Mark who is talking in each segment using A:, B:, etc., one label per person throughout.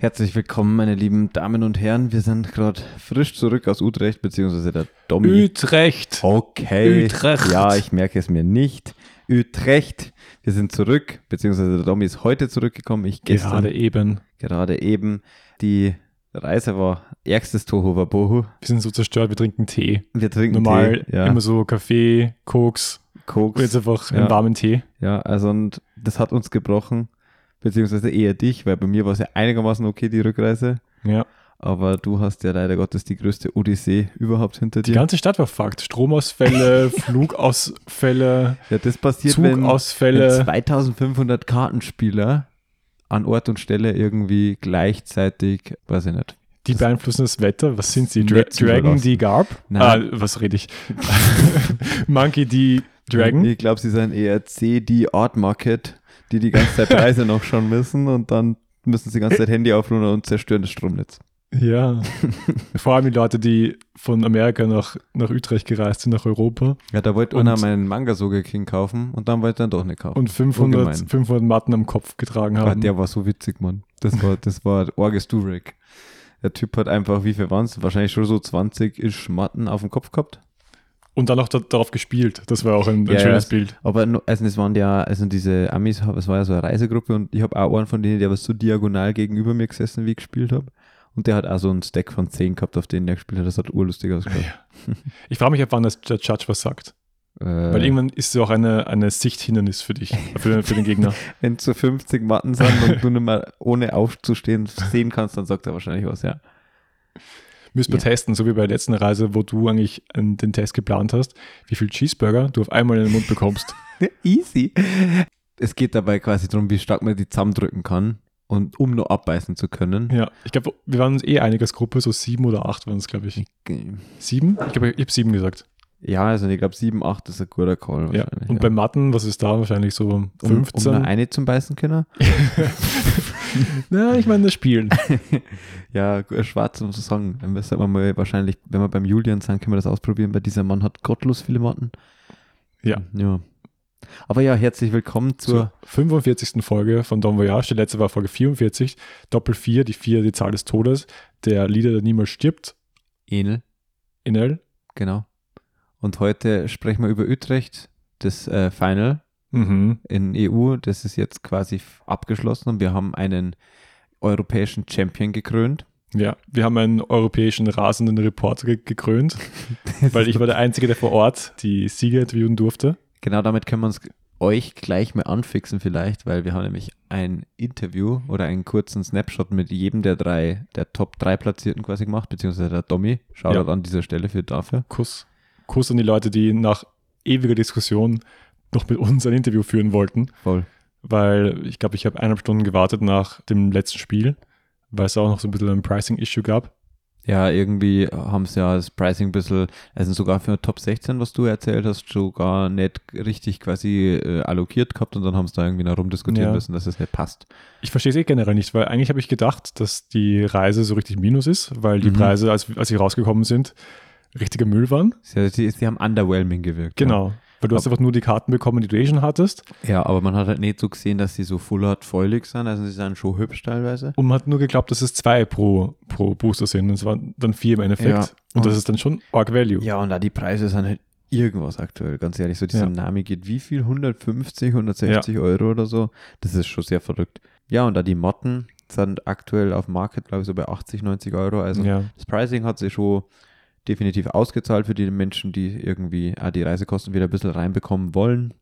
A: Herzlich willkommen, meine lieben Damen und Herren. Wir sind gerade frisch zurück aus Utrecht, beziehungsweise der
B: Um
A: Domi.
B: Utrecht.
A: okay.
B: Utrecht.
A: Ja, ich merke es mir nicht. Utrecht. Wir sind zurück, beziehungsweise der Domi ist heute zurückgekommen. Ich gestern
B: Gerade eben.
A: gerade eben. Die Reise war ärgstes Tohu Wabohu.
B: Wir sind so zerstört, wir trinken Tee.
A: Wir trinken
B: Normal
A: Tee, ja,
B: immer so Kaffee, Koks,
A: Koks.
B: jetzt einfach
A: Ja.
B: einen warmen Tee.
A: Ja, also und das hat uns gebrochen, beziehungsweise eher dich, weil bei mir war es ja einigermaßen okay, die Rückreise.
B: Ja.
A: Aber du hast ja leider Gottes die größte Odyssee überhaupt hinter
B: Die
A: dir.
B: ganze Stadt war fucked. Stromausfälle, Flugausfälle,
A: Ja, das passiert, wenn, wenn
B: Zugausfälle.
A: 2500 Kartenspieler an Ort und Stelle irgendwie gleichzeitig, weiß ich nicht.
B: Die
A: das-
B: beeinflussen das Wetter. Was sind sie? Dra
A: Nicht zu
B: Dragon,
A: überlassen.
B: die Garb?
A: Nein.
B: Ah, was rede ich? Monkey, die Dragon.
A: Ich glaube, sie sind eher C, die Art Market, die die ganze Zeit Preise noch schon müssen und dann müssen sie die ganze Zeit Handy aufrufen und zerstören das Stromnetz.
B: Ja. Vor allem die Leute, die von Amerika nach, nach Utrecht gereist sind, nach Europa.
A: Ja, da wollte
B: Und-
A: einer meinen Manga-Soge King kaufen und dann wollte er ihn doch nicht kaufen.
B: Und 500,
A: Ungemein.
B: 500 Matten am Kopf getragen
A: Ah,
B: haben.
A: der war so witzig, Mann. Das war, das war Orges Durek. Der Typ hat einfach, wie viel waren es? Wahrscheinlich schon so 20 isch Matten auf dem Kopf gehabt.
B: Und dann auch da, darauf gespielt. Das war auch ein, ein
A: Ja,
B: schönes
A: ja.
B: Bild.
A: Aber no- also es waren ja, also diese Amis, es war ja so eine Reisegruppe und ich habe auch einen von denen, der was so diagonal gegenüber mir gesessen, wie ich gespielt habe. Und der hat auch so einen Stack von 10 gehabt, auf den der gespielt hat. Das hat urlustig ausgeschaut.
B: Ich frage mich ab, wann das, der Judge was sagt.
A: Äh,
B: Weil irgendwann ist es auch eine, eine Sichthindernis für dich, für, den- für den Gegner.
A: Äh, Wenn zu 50 Matten sind und du nicht mal ohne aufzustehen sehen kannst, dann sagt er wahrscheinlich was, ja.
B: Müsst wir
A: Ja.
B: testen, so wie bei der letzten Reise, wo du eigentlich ähm, den Test geplant hast, wie viel Cheeseburger du auf einmal in den Mund bekommst.
A: Easy. Es geht dabei quasi darum, wie stark man die zusammendrücken kann und um nur abbeißen zu können.
B: ja, ich glaube, wir waren uns eh einig als Gruppe, so sieben oder acht waren es, glaube ich. Sieben? Ich glaube, ich habe sieben gesagt.
A: Ja, also ich glaube 7, 8 ist ein guter Call
B: Ja.
A: wahrscheinlich.
B: Und bei Matten, was ist da? Wahrscheinlich so
A: um, 15.
B: 15?
A: Um nur eine zum Beißen können?
B: Na, ich meine das Spielen.
A: Ja, gu- schwarz um zu sagen. Dann müsste man mal wahrscheinlich, wenn wir beim Julian sind, können wir das ausprobieren, weil dieser Mann hat gottlos viele Matten.
B: Ja.
A: ja. Aber ja, herzlich willkommen zur.
B: zur 45. Folge von Don Voyage. Die letzte war Folge 44. Doppel 4, die 4, die Zahl des Todes. Der Lieder, der niemals stirbt,
A: Enel.
B: in L.
A: Genau. Und heute sprechen wir über Utrecht, das äh, Final.
B: Mhm.
A: in EU. Das ist jetzt quasi f- abgeschlossen und wir haben einen europäischen Champion gekrönt.
B: Ja, wir haben einen europäischen rasenden Reporter ge gekrönt, weil ich war der Einzige, der vor Ort die Sieger interviewen durfte.
A: Genau damit können wir uns g- euch gleich mal anfixen vielleicht, weil wir haben nämlich ein Interview oder einen kurzen Snapshot mit jedem der drei, der Top 3 Platzierten quasi gemacht, beziehungsweise der Domi. Shoutout an dieser Stelle für dafür.
B: Kuss. Kuss an die Leute, die nach ewiger Diskussion noch mit uns ein Interview führen wollten,
A: Voll.
B: weil ich glaube, ich habe eineinhalb Stunden gewartet nach dem letzten Spiel, weil es auch noch so ein bisschen ein Pricing-Issue gab.
A: Ja, irgendwie haben sie ja das Pricing ein bisschen, also sogar für Top 16, was du erzählt hast, sogar nicht richtig quasi äh, allokiert gehabt und dann haben sie da irgendwie noch rumdiskutieren
B: Ja.
A: müssen, dass es nicht passt.
B: Ich verstehe es eh generell nicht, weil eigentlich habe ich gedacht, dass die Reise so richtig Minus ist, weil die
A: Mhm.
B: Preise, als, als sie rausgekommen sind, richtiger Müll waren.
A: Sie, sie, sie haben underwhelming gewirkt. ne?
B: Genau. Weil du hast einfach nur die Karten bekommen, die du eh schon hattest.
A: Ja. ja, aber man hat halt nicht so gesehen, dass sie so full hard feulig sind. Also sie sind schon hübsch teilweise.
B: Und man hat nur geglaubt, dass es zwei pro, pro Booster sind. Und es waren dann vier im Endeffekt.
A: Ja.
B: Und das ist dann schon Org Value.
A: Ja, und da die Preise sind halt irgendwas aktuell. Ganz ehrlich, so dieser
B: Ja.
A: Name geht wie viel? 150, 160 Euro oder so. Das ist schon sehr verrückt. Ja, und da die Motten sind aktuell auf dem Market, glaube ich, so bei 80, 90 Euro. Also
B: Ja.
A: das Pricing hat sich schon definitiv ausgezahlt für die Menschen, die irgendwie ah, die Reisekosten wieder ein bisschen reinbekommen wollen.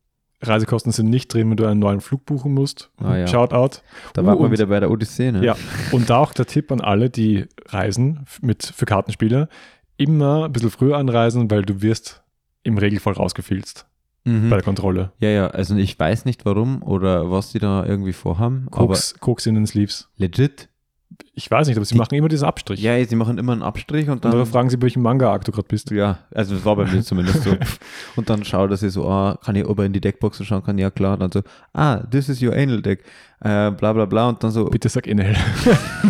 B: Reisekosten sind nicht drin, wenn du einen neuen Flug buchen musst.
A: Ah, ja.
B: Shoutout.
A: Da
B: Uh,
A: waren wir
B: und-
A: wieder bei der Odyssee, ne?
B: Ja. Und da auch der Tipp an alle, die reisen f- mit, für Kartenspieler, immer ein bisschen früher anreisen, weil du wirst im Regelfall rausgefilzt
A: Mhm.
B: bei der Kontrolle.
A: Ja, ja, also ich weiß nicht warum oder was die da irgendwie vorhaben,
B: Koks, Koks in den Sleeves.
A: aber legit.
B: Ich weiß nicht, aber sie
A: Die-
B: machen immer diesen Abstrich.
A: Ja, sie machen immer einen Abstrich und
B: und dann
A: dann.
B: fragen sie, bei welchem Manga-Akt du gerade bist.
A: Ja, also das war bei mir zumindest so. Und dann schaut er sich so, ah, kann ich, ob er in die Deckboxen schauen kann? Ja, klar. Dann so, ah, this is your anal deck. Äh, bla, bla, bla. Und dann so,
B: Bitte sag Inhale.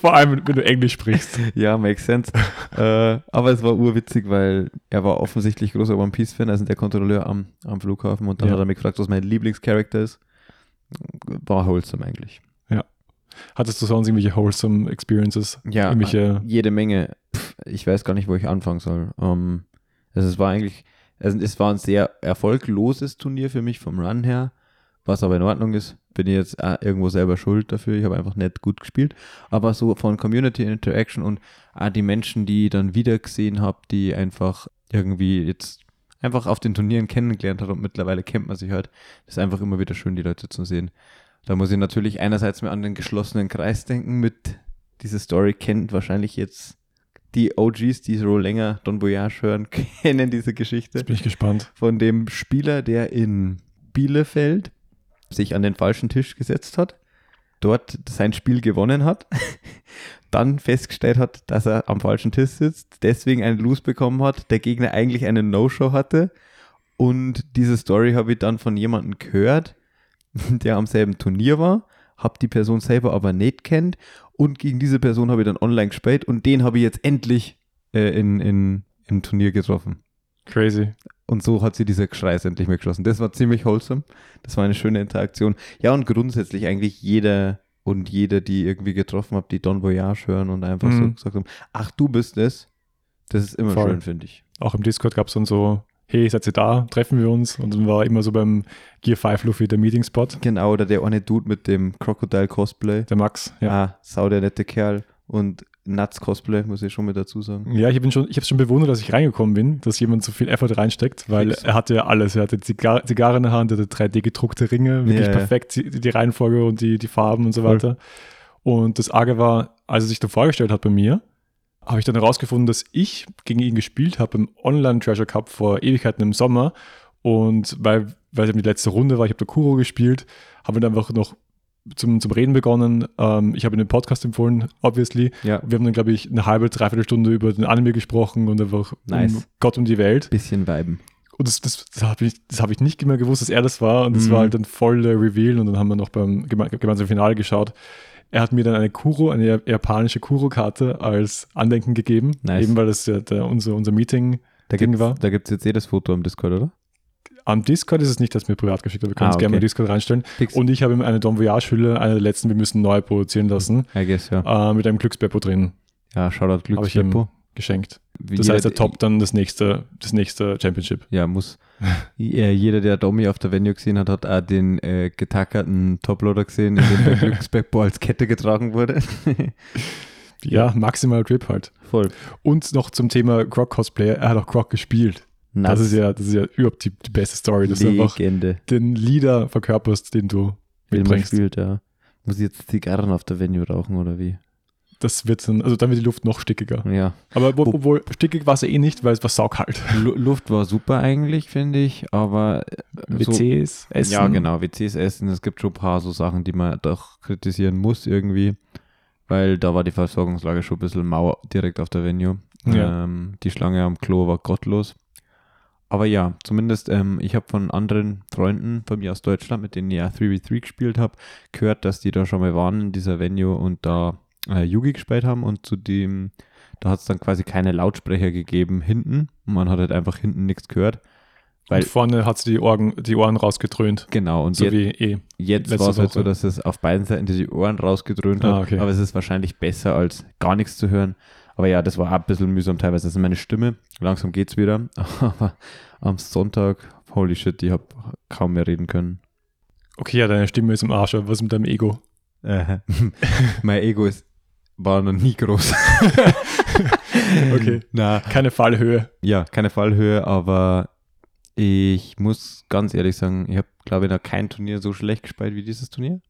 B: Vor allem, wenn du Englisch sprichst.
A: ja, makes sense. äh, aber es war urwitzig, weil er war offensichtlich großer One Piece-Fan, also der Kontrolleur am, am Flughafen. Und dann
B: Ja.
A: hat er mich gefragt, was mein Lieblingscharakter ist. War wholesome eigentlich.
B: Hattest du sonst irgendwelche wholesome Experiences?
A: Ja,
B: Irgendwelche-
A: jede Menge. Pff, ich weiß gar nicht, wo ich anfangen soll. Ähm, also es war eigentlich, also es war ein sehr erfolgloses Turnier für mich vom Run her, was aber in Ordnung ist. Bin ich jetzt äh, irgendwo selber schuld dafür. Ich habe einfach nicht gut gespielt. Aber so von Community Interaction und ah, die Menschen, die ich dann wieder gesehen habe, die einfach irgendwie jetzt einfach auf den Turnieren kennengelernt hat und mittlerweile kennt man sich halt. Das ist einfach immer wieder schön, die Leute zu sehen. Da muss ich natürlich einerseits mir an den geschlossenen Kreis denken mit diese Story kennt wahrscheinlich jetzt die OGs, die so länger Don Voyage hören, kennen diese Geschichte
B: Jetzt bin ich gespannt.
A: von dem Spieler, der in Bielefeld sich an den falschen Tisch gesetzt hat, dort sein Spiel gewonnen hat, dann festgestellt hat, dass er am falschen Tisch sitzt, deswegen einen Lose bekommen hat, der Gegner eigentlich eine No-Show hatte und diese Story habe ich dann von jemandem gehört, der am selben Turnier war, habe die Person selber aber nicht kennt und gegen diese Person habe ich dann online gespielt und den habe ich jetzt endlich äh, in, in, im Turnier getroffen.
B: Crazy.
A: Und so hat sie dieser Kreis endlich mal geschlossen. Das war ziemlich wholesome. Das war eine schöne Interaktion. Ja, und grundsätzlich eigentlich jeder und jede, die irgendwie getroffen habe, die Don Voyage hören und einfach so
B: Mhm.
A: gesagt haben, ach, du bist es. Das ist immer
B: Voll.
A: schön, finde ich.
B: Auch im Discord gab es dann so, hey, seid ihr da? Treffen wir uns? Und dann war immer so beim Gear 5 Luffy der Meeting Spot.
A: Genau, oder der eine Dude mit dem Crocodile-Cosplay.
B: Der Max, ja.
A: Ah, sau der nette Kerl. Und Nuts-Cosplay, muss ich schon mit dazu sagen.
B: Ja, ich habe schon, ich hab's schon bewundert, dass ich reingekommen bin, dass jemand so viel Effort reinsteckt, weil
A: Fix.
B: er hatte ja alles. Er hatte Zigar Zigarre in der Hand, er hatte 3D-gedruckte Ringe, wirklich
A: Ja, ja.
B: perfekt, die, die Reihenfolge und die, die Farben und so
A: Voll.
B: weiter. Und das Arge war, als er sich dann vorgestellt hat bei mir, habe ich dann herausgefunden, dass ich gegen ihn gespielt habe im Online-Treasure Cup vor Ewigkeiten im Sommer. Und weil, weil es eben die letzte Runde war, ich habe Kuro gespielt, habe ihn einfach noch zum, zum Reden begonnen. Ähm, ich habe ihm den Podcast empfohlen, obviously.
A: Ja,
B: Wir haben dann, glaube ich, eine halbe, dreiviertel Stunde über den Anime gesprochen und einfach um
A: Nice.
B: Gott um die Welt.
A: bisschen Weiben.
B: Und das, das, das habe ich, das hab ich nicht mehr gewusst, dass er das war. Und das
A: Mhm.
B: war halt dann voll der Reveal. Und dann haben wir noch beim geme gemeinsamen Finale geschaut. Er hat mir dann eine Kuro, eine ja- japanische Kuro-Karte als Andenken gegeben.
A: Nice.
B: Eben weil das ja der, unser, unser Meeting
A: Da
B: Ding
A: gibt's-
B: war?
A: da gibt's jetzt jedes Foto im Discord, oder?
B: am Discord ist es nicht, dass mir privat geschickt wird. Wir können
A: Ah,
B: es gerne
A: okay.
B: mal Discord reinstellen.
A: Fix.
B: Und ich habe ihm eine Don Voyage-Hülle, eine der letzten, wir müssen neu produzieren lassen,
A: I guess, ja.
B: äh, mit einem Glücksbeppo drin
A: Ja, Shoutout
B: Hab ich ihm-
A: Glücksdepot.
B: geschenkt.
A: Wie
B: Das
A: jeder-
B: heißt, er toppt dann das nächste, das nächste Championship.
A: Ja, muss. Ja, jeder, der Domi auf der Venue gesehen hat, hat auch den äh, getackerten Toploader gesehen, in dem der Glücksbackball als Kette getragen wurde.
B: Ja, maximal Grip halt.
A: Voll.
B: Und noch zum Thema Croc Cosplayer, er hat auch Croc gespielt. Das ist ja, das ist ja überhaupt die, die beste Story, dass du einfach
A: Legende.
B: den Leader verkörperst, den du
A: Wenn man
B: mitbringst.
A: spielt, ja. Muss ich jetzt Zigarren auf der Venue rauchen oder wie?
B: Das wird dann, also dann wird die Luft noch stickiger.
A: Ja.
B: Aber wo,
A: Wo-
B: obwohl stickig war es eh nicht, weil es war saukalt.
A: Lu Luft war super eigentlich, finde ich, aber äh, so-
B: WCs, Essen.
A: Ja, genau, WCs essen. Es gibt schon ein paar so Sachen, die man doch kritisieren muss irgendwie, weil da war die Versorgungslage schon ein bisschen mauer direkt auf der Venue.
B: Ja.
A: Ähm, die Schlange am Klo war gottlos. Aber ja, zumindest ähm, ich habe von anderen Freunden von mir aus Deutschland, mit denen ich ja 3v3 gespielt habe, gehört, dass die da schon mal waren in dieser Venue und da äh, Yugi gespielt haben und zu dem, da hat es dann quasi keine Lautsprecher gegeben hinten. Man hat halt einfach hinten nichts gehört. Weil-
B: Und vorne hat sie die Ohren, die Ohren rausgedröhnt.
A: Genau, und
B: So
A: jetzt,
B: wie eh.
A: Jetzt
B: Letzte
A: war es halt so,
B: Woche.
A: dass es auf beiden Seiten die Ohren rausgedröhnt hat,
B: Ah, okay.
A: aber es ist wahrscheinlich besser, als gar nichts zu hören. Aber ja, das war auch ein bisschen mühsam teilweise. Das ist meine Stimme. Langsam geht's wieder. Aber am Sonntag, holy shit, ich habe kaum mehr reden können.
B: Okay, ja, deine Stimme ist im Arsch, aber was mit deinem Ego?
A: mein Ego ist, war noch nie groß.
B: Okay.
A: Na,
B: Keine Fallhöhe.
A: ja, keine Fallhöhe, aber ich muss ganz ehrlich sagen, ich habe, glaube ich, noch kein Turnier so schlecht gespielt wie dieses Turnier.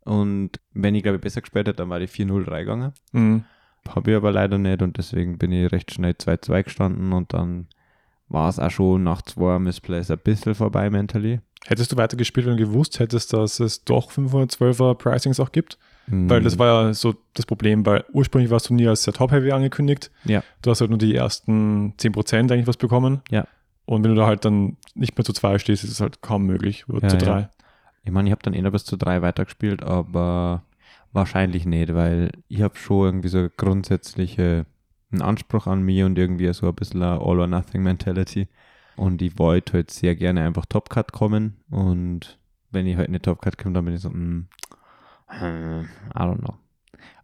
A: Und wenn ich, glaube ich, besser gespielt hätte, dann war ich 4-0 reingegangen.
B: Mhm.
A: Habe ich aber leider nicht und deswegen bin ich recht schnell 2-2 gestanden und dann war es auch schon nach zwei Missplays ein bisschen vorbei mentally.
B: Hättest du weitergespielt, wenn du gewusst hättest, dass es doch 512er Pricings auch gibt? Weil
A: Mhm.
B: das war ja so das Problem, weil ursprünglich warst du nie als der Top-Heavy angekündigt.
A: Ja.
B: Du hast halt nur die ersten 10% eigentlich was bekommen.
A: Ja.
B: Und wenn du da halt dann nicht mehr zu zwei stehst, ist es halt kaum möglich. Oder
A: Ja,
B: zu
A: ja.
B: drei.
A: Ich meine, ich habe dann eh noch bis zu drei weitergespielt, aber wahrscheinlich nicht, weil ich habe schon irgendwie so grundsätzliche einen Anspruch an mich und irgendwie so ein bisschen eine All-or-Nothing-Mentality. Und ich wollte halt sehr gerne einfach Top-Cut kommen und wenn ich halt nicht Top-Cut komme, dann bin ich so, mm, Hm, I don't know.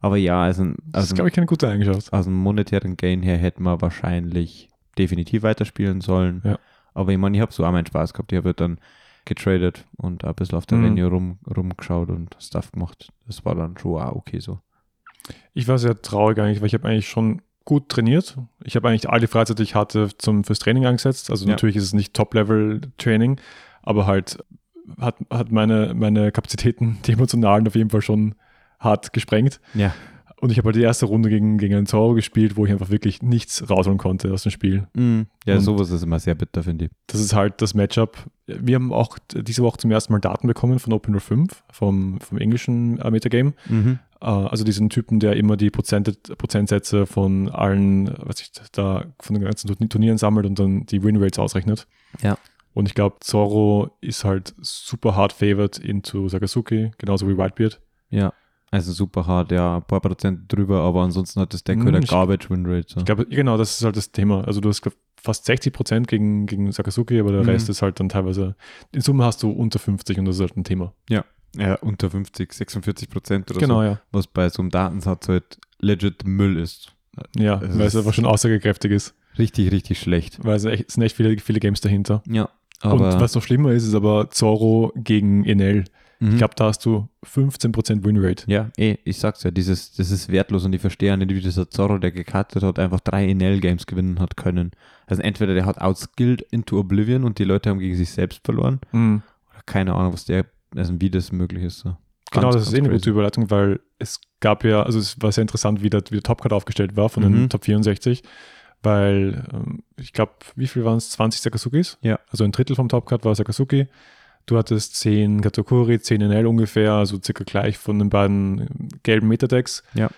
A: Aber ja, also,
B: Das
A: also
B: ist, glaube ich, keine gute Eigenschaft.
A: aus dem monetären Gain her hätten wir wahrscheinlich definitiv weiterspielen sollen.
B: Ja.
A: Aber ich meine, ich habe so auch meinen Spaß gehabt. Ich habe dann getradet und ein bisschen auf der
B: Mhm.
A: Venue rum, rumgeschaut und Stuff gemacht. Das war dann schon auch okay so.
B: Ich war sehr traurig eigentlich, weil ich habe eigentlich schon gut trainiert. Ich habe eigentlich alle Freizeit, die ich hatte, zum, fürs Training angesetzt. Also
A: Ja.
B: natürlich ist es nicht Top-Level-Training, aber halt hat, hat meine, meine Kapazitäten, die emotionalen, auf jeden Fall schon hart gesprengt.
A: Ja.
B: Und ich habe halt die erste Runde gegen, gegen einen Toro gespielt, wo ich einfach wirklich nichts rausholen konnte aus dem Spiel.
A: Ja,
B: Mhm. Und-
A: sowas ist immer sehr bitter, finde ich.
B: Das ist halt das Matchup. Wir haben auch diese Woche zum ersten Mal Daten bekommen von Open05, vom, vom englischen äh, Metagame. Äh, also diesen Typen, der immer die Prozente, Prozentsätze von allen, äh, was ich da, von den ganzen Turn- Turnieren sammelt und dann die Winrates ausrechnet.
A: Ja.
B: Und ich glaube, Zoro ist halt super hard favored into Sakazuki, genauso wie Whitebeard.
A: Ja. Also super hart, ja, ein paar Prozent drüber, aber ansonsten hat das Deck
B: Mhm,
A: halt eine
B: ich-
A: Garbage Winrate. So.
B: Ich glaube, genau, das ist halt das Thema. Also du hast glaub, fast 60 Prozent gegen, gegen Sakazuki, aber der
A: Mhm.
B: Rest ist halt dann teilweise, in Summe hast du unter 50 und das ist halt ein Thema.
A: ja, unter 50, 46 Prozent oder
B: genau,
A: so.
B: ja.
A: Was bei so einem Datensatz halt legit Müll ist.
B: Ja,
A: Es
B: weil es
A: ist-
B: einfach schon aussagekräftig ist.
A: Richtig, richtig schlecht.
B: Weil es echt, sind echt viele, viele Games dahinter.
A: Ja. Aber
B: und was noch schlimmer ist, ist aber Zorro gegen Enel.
A: Mhm.
B: Ich glaube, da hast du 15% Winrate.
A: Ja, eh, ich sag's ja, dieses, das ist wertlos und ich verstehe auch nicht, wie dieser Zorro, der gekartet hat, einfach drei NL-Games gewinnen hat können. Also entweder der hat outskilled into Oblivion und die Leute haben gegen sich selbst verloren.
B: Mhm.
A: Oder keine Ahnung, was der, also wie das möglich ist. So.
B: Genau,
A: Ganz,
B: das ist
A: ganz
B: eh eine
A: crazy.
B: gute Überleitung, weil es gab ja, also es war sehr interessant, wie der, wie der Topcard aufgestellt war von
A: Mhm.
B: den Top 64, weil ähm, ich glaube, wie viel waren es? 20 Sakazukis?
A: Ja.
B: Also ein Drittel vom Topcard war Sakazuki. Du hattest 10 Katakuri, 10 NL ungefähr, also circa gleich von den beiden äh, gelben Metadecks.
A: Ja.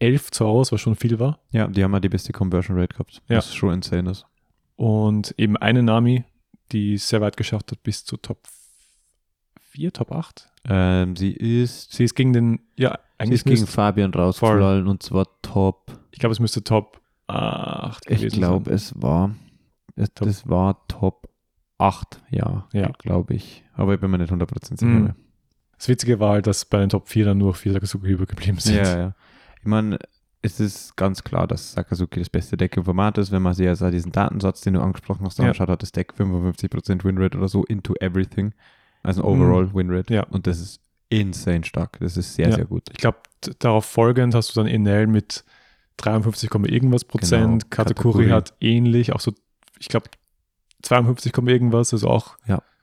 B: 11 Zoros, was schon viel war.
A: Ja, die haben ja die beste Conversion Rate gehabt.
B: Ja.
A: Was schon insane ist.
B: Und eben eine Nami, die es sehr weit geschafft hat bis zu Top 4, Top 8.
A: Ähm, sie ist,
B: Sie ist gegen den, ja,
A: sie
B: eigentlich
A: ist gegen
B: müsste-
A: Fabian rausgefallen und zwar top.
B: Ich glaube, es müsste Top 8 gewesen
A: Ich glaube,
B: sein.
A: es war, es,
B: Top-
A: das war top 8, ja,
B: Ja.
A: glaube ich. Aber ich bin mir nicht 100% sicher.
B: Mhm. Das Witzige war halt, dass bei den Top 4 dann nur 4 Sakazuki übergeblieben sind.
A: Ja, ja. Ich meine, es ist ganz klar, dass Sakazuki das beste Deck im Format ist. Wenn man sich also diesen Datensatz, den du angesprochen hast,
B: Ja.
A: anschaut, hat das Deck 55% Winrate oder so into everything. Also ein overall Winrate.
B: Mhm. Ja.
A: Und das ist insane stark. Das ist sehr,
B: Ja.
A: sehr gut.
B: Ich glaube, d- darauf folgend hast du dann Enel mit 53, Komma irgendwas
A: Genau,
B: Prozent. Katakuri
A: Katakuri.
B: hat ähnlich, auch so, ich glaube, 52, Komma irgendwas, also auch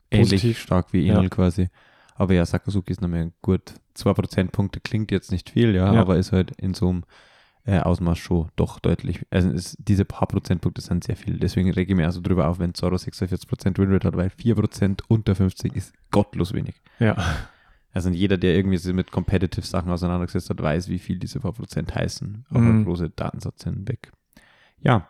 B: Positiv.
A: Ähnlich stark wie
B: Ja.
A: Enel quasi. Aber ja, Sakazuki ist noch mehr gut. 2% Punkte klingt jetzt nicht viel, ja,
B: Ja.
A: aber ist halt in so einem äh, Ausmaß schon doch deutlich. Also es, diese paar Prozentpunkte sind sehr viel. Deswegen rege ich mir also drüber auf, wenn Zoro 46% Winrate hat, weil 4% unter 50 ist gottlos wenig.
B: ja,
A: Also jeder, der irgendwie sich mit competitive Sachen auseinandergesetzt hat, weiß, wie viel diese paar Prozent heißen. Aber
B: Mhm.
A: große Datensatz hinweg. Ja,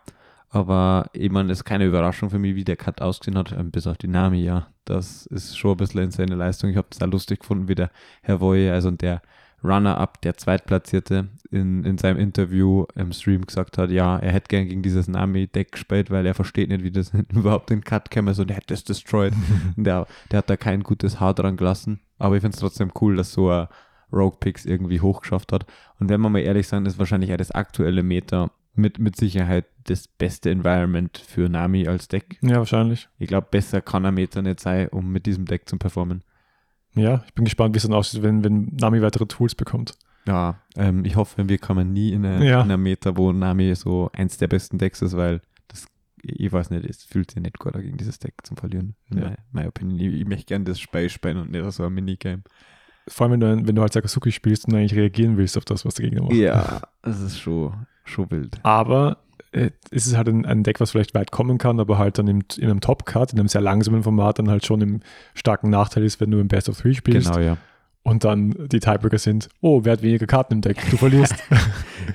A: aber ich meine, es ist keine Überraschung für mich, wie der Cut ausgesehen hat, ähm, bis auf die Nami, ja. Das ist schon ein bisschen eine insane Leistung. Ich habe es da lustig gefunden, wie der Herr Voye, also der Runner-Up, der Zweitplatzierte, in, in seinem Interview im Stream gesagt hat, ja, er hätte gern gegen dieses Nami-Deck gespielt, weil er versteht nicht, wie das überhaupt in Cut käme und er hätte es destroyed. Der, der hat da kein gutes Haar dran gelassen. Aber ich finde es trotzdem cool, dass so ein Rogue Picks irgendwie hochgeschafft hat. Und wenn wir mal ehrlich sind, ist wahrscheinlich auch das aktuelle Meta mit, mit Sicherheit das beste Environment für Nami als Deck.
B: ja, wahrscheinlich.
A: Ich glaube, besser kann ein Meta nicht sein, um mit diesem Deck zu performen.
B: Ja, ich bin gespannt, wie es dann aussieht, wenn, wenn Nami weitere Tools bekommt.
A: Ja, ähm, ich hoffe, wir kommen nie in einer
B: Ja.
A: in eine Meta, wo Nami so eins der besten Decks ist, weil das, ich weiß nicht, es fühlt sich nicht gut an, gegen dieses Deck zu verlieren.
B: Ja.
A: Meine, meine Opinion. Ich, ich möchte gerne das Spiel spielen und nicht so ein Minigame.
B: Vor allem, wenn du, wenn du halt Sakazuki spielst und eigentlich reagieren willst auf das, was der Gegner macht.
A: Ja, es ist schon, schon wild.
B: Aber äh, es ist halt ein, ein Deck, was vielleicht weit kommen kann, aber halt dann im, in einem Top-Cut, in einem sehr langsamen Format, dann halt schon im starken Nachteil ist, wenn du im Best of Three spielst
A: Genau, ja.
B: und dann die Tiebreaker sind, oh, wer hat weniger Karten im Deck? Du verlierst.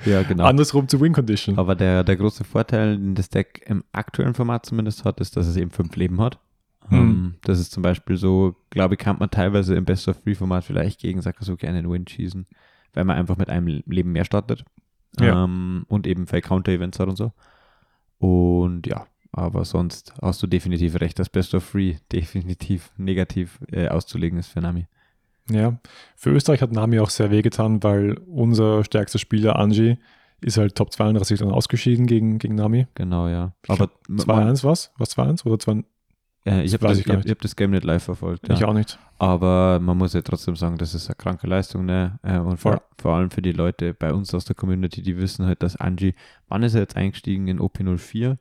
A: Ja, genau.
B: Andersrum zu Win Condition.
A: Aber der, der große Vorteil, den das Deck im aktuellen Format zumindest hat, ist, dass es eben fünf Leben hat.
B: Mhm.
A: Ähm, das ist zum Beispiel so, glaube ich, kann man teilweise im Best-of-Three-Format vielleicht gegen Sakazuki einen Win schießen, weil man einfach mit einem Leben mehr startet.
B: Ja.
A: Ähm, und eben Fake-Counter-Events hat und so. Und ja, aber sonst hast du definitiv recht, dass Best-of-Three definitiv negativ äh, auszulegen ist für Nami.
B: Ja, für Österreich hat Nami auch sehr wehgetan, weil unser stärkster Spieler Anji ist halt Top 32 dann ausgeschieden gegen, gegen Nami.
A: Genau, ja.
B: Ich
A: Aber man-
B: 2-1 was? Was 2-1 oder 2
A: äh, ich habe
B: weiß
A: das,
B: ich
A: ich
B: gar
A: hab, ich
B: nicht.
A: hab das Game nicht live verfolgt.
B: Ich
A: Ja.
B: auch nicht.
A: Aber man muss ja trotzdem sagen, das ist eine kranke Leistung. Ne? Äh, und vor,
B: Ja.
A: vor allem für die Leute bei uns aus der Community, die wissen halt, dass Angie, wann ist er jetzt eingestiegen in OP04?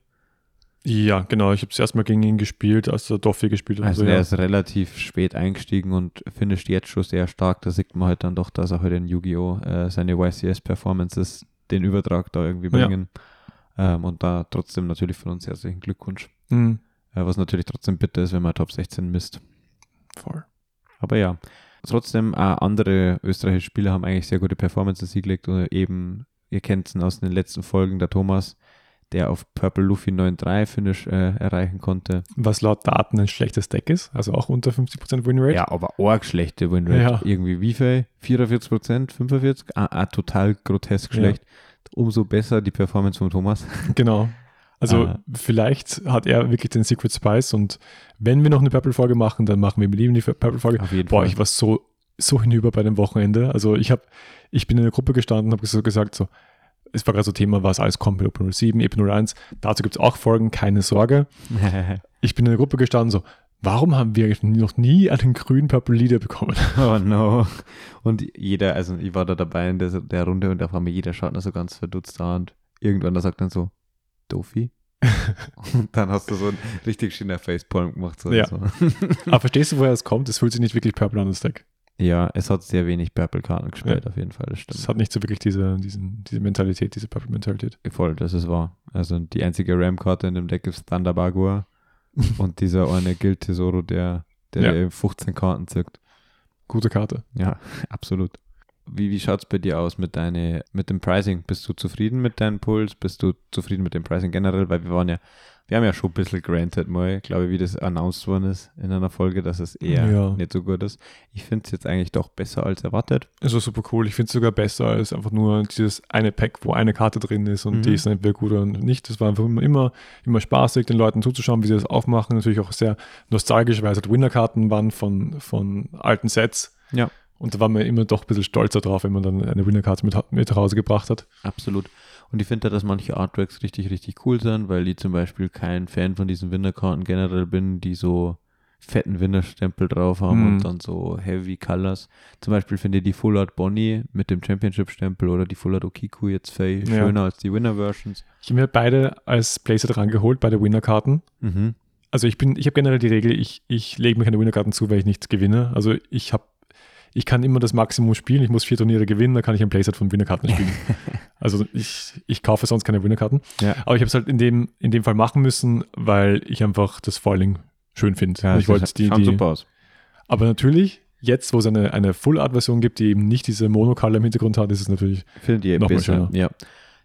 B: Ja, genau. Ich habe es erstmal gegen ihn gespielt, als der Doffi gespielt hat.
A: Also
B: also,
A: er
B: ja.
A: ist relativ spät eingestiegen und finisht jetzt schon sehr stark. Da sieht man halt dann doch, dass er heute in Yu-Gi-Oh! Äh, seine YCS-Performances, den Übertrag da irgendwie
B: Ja.
A: bringen. Ähm, und da trotzdem natürlich von uns herzlichen Glückwunsch.
B: Mhm,
A: Äh, was natürlich trotzdem bitter ist, wenn man Top 16 misst.
B: voll.
A: Aber ja, trotzdem, auch andere österreichische Spieler haben eigentlich sehr gute Performances hingelegt und eben, ihr kennt es aus den letzten Folgen, der Thomas, der auf Purple Luffy 9.3 Finish äh, erreichen konnte.
B: Was laut Daten ein schlechtes Deck ist, also auch unter 50% Winrate.
A: Ja, aber arg schlechte Winrate.
B: Ja.
A: Irgendwie wie viel? 44 Prozent? 45? Ah, ah, total grotesk
B: Ja.
A: schlecht. Umso besser die Performance von Thomas.
B: Genau. Also
A: Ah.
B: vielleicht hat er wirklich den Secret Spice und wenn wir noch eine Purple-Folge machen, dann machen wir mit ihm die Purple-Folge.
A: Auf jeden
B: Boah,
A: Fall.
B: ich war so, so hinüber bei dem Wochenende. Also ich habe, ich bin in der Gruppe gestanden und habe so gesagt, so, es war gerade so Thema, was alles kommt mit OP07, EP01. Dazu gibt es auch Folgen, keine Sorge. Ich bin in der Gruppe gestanden, so, warum haben wir eigentlich noch nie einen grünen Purple Leader bekommen?
A: oh no. Und jeder, also ich war da dabei in der, der Runde und auf einmal jeder schaut noch so ganz verdutzt da und irgendwann da sagt dann so, Dofi? und dann hast du so einen richtig schönen Facepalm gemacht. So
B: Ja.
A: So.
B: Aber verstehst du, woher es kommt? Es fühlt sich nicht wirklich Purple an, das Deck.
A: ja, es hat sehr wenig Purple-Karten gespielt, auf jeden Fall. Das stimmt.
B: Es hat nicht so wirklich diese, diesen, diese Mentalität, diese Purple-Mentalität.
A: Voll, das ist wahr. Also die einzige Ram-Karte in dem Deck ist Thunder Bagua und dieser eine Guild Tesoro, der, der,
B: Ja.
A: dir 15 Karten zückt.
B: Gute Karte.
A: Ja, absolut. Wie, wie schaut es bei dir aus mit, deine, mit dem Pricing? Bist du zufrieden mit deinem Puls? Bist du zufrieden mit dem Pricing generell? Weil wir waren ja, wir haben ja schon ein bisschen granted mal, glaube ich, wie das announced worden ist in einer Folge, dass es eher
B: Ja.
A: nicht so gut ist. Ich finde es jetzt eigentlich doch besser als erwartet.
B: Also super cool. Ich finde es sogar besser als einfach nur dieses eine Pack, wo eine Karte drin ist und
A: Mhm.
B: die ist entweder gut oder nicht. Das war einfach immer, immer, immer spaßig, den Leuten zuzuschauen, wie sie das aufmachen. Natürlich auch sehr nostalgisch, weil es halt Winner-Karten waren von, von alten Sets.
A: Ja.
B: Und da war man immer doch ein bisschen stolzer drauf, wenn man dann eine Winner-Karte mit, mit nach Hause gebracht hat.
A: Absolut. Und ich finde da, dass manche Artworks richtig, richtig cool sind, weil ich zum Beispiel kein Fan von diesen Winnerkarten generell bin, die so fetten Winnerstempel drauf haben
B: Mhm.
A: und dann so heavy Colors. Zum Beispiel finde ich die Full Art Bonnie mit dem Championship-Stempel oder die Full Art Okiku jetzt viel
B: Ja.
A: schöner als die Winner-Versions.
B: Ich habe mir beide als Playset rangeholt, beide Winner-Karten.
A: Mhm.
B: Also ich bin, ich habe generell die Regel, ich, ich lege mir keine Winnerkarten zu, weil ich nichts gewinne. Also ich habe, ich kann immer das Maximum spielen, ich muss vier Turniere gewinnen, dann kann ich ein Playset von Winnerkarten spielen. also ich, ich kaufe sonst keine Winnerkarten.
A: Ja.
B: Aber ich habe es halt in dem, in dem Fall machen müssen, weil ich einfach das Foiling schön finde. Und ich
A: das
B: wollte die,
A: schaut
B: die
A: super aus.
B: aber natürlich, jetzt, wo es eine, eine Full-Art-Version gibt, die eben nicht diese Monocolor im Hintergrund hat, ist es natürlich
A: Findet ihr
B: Nochmal
A: besser.
B: schöner.
A: Ja.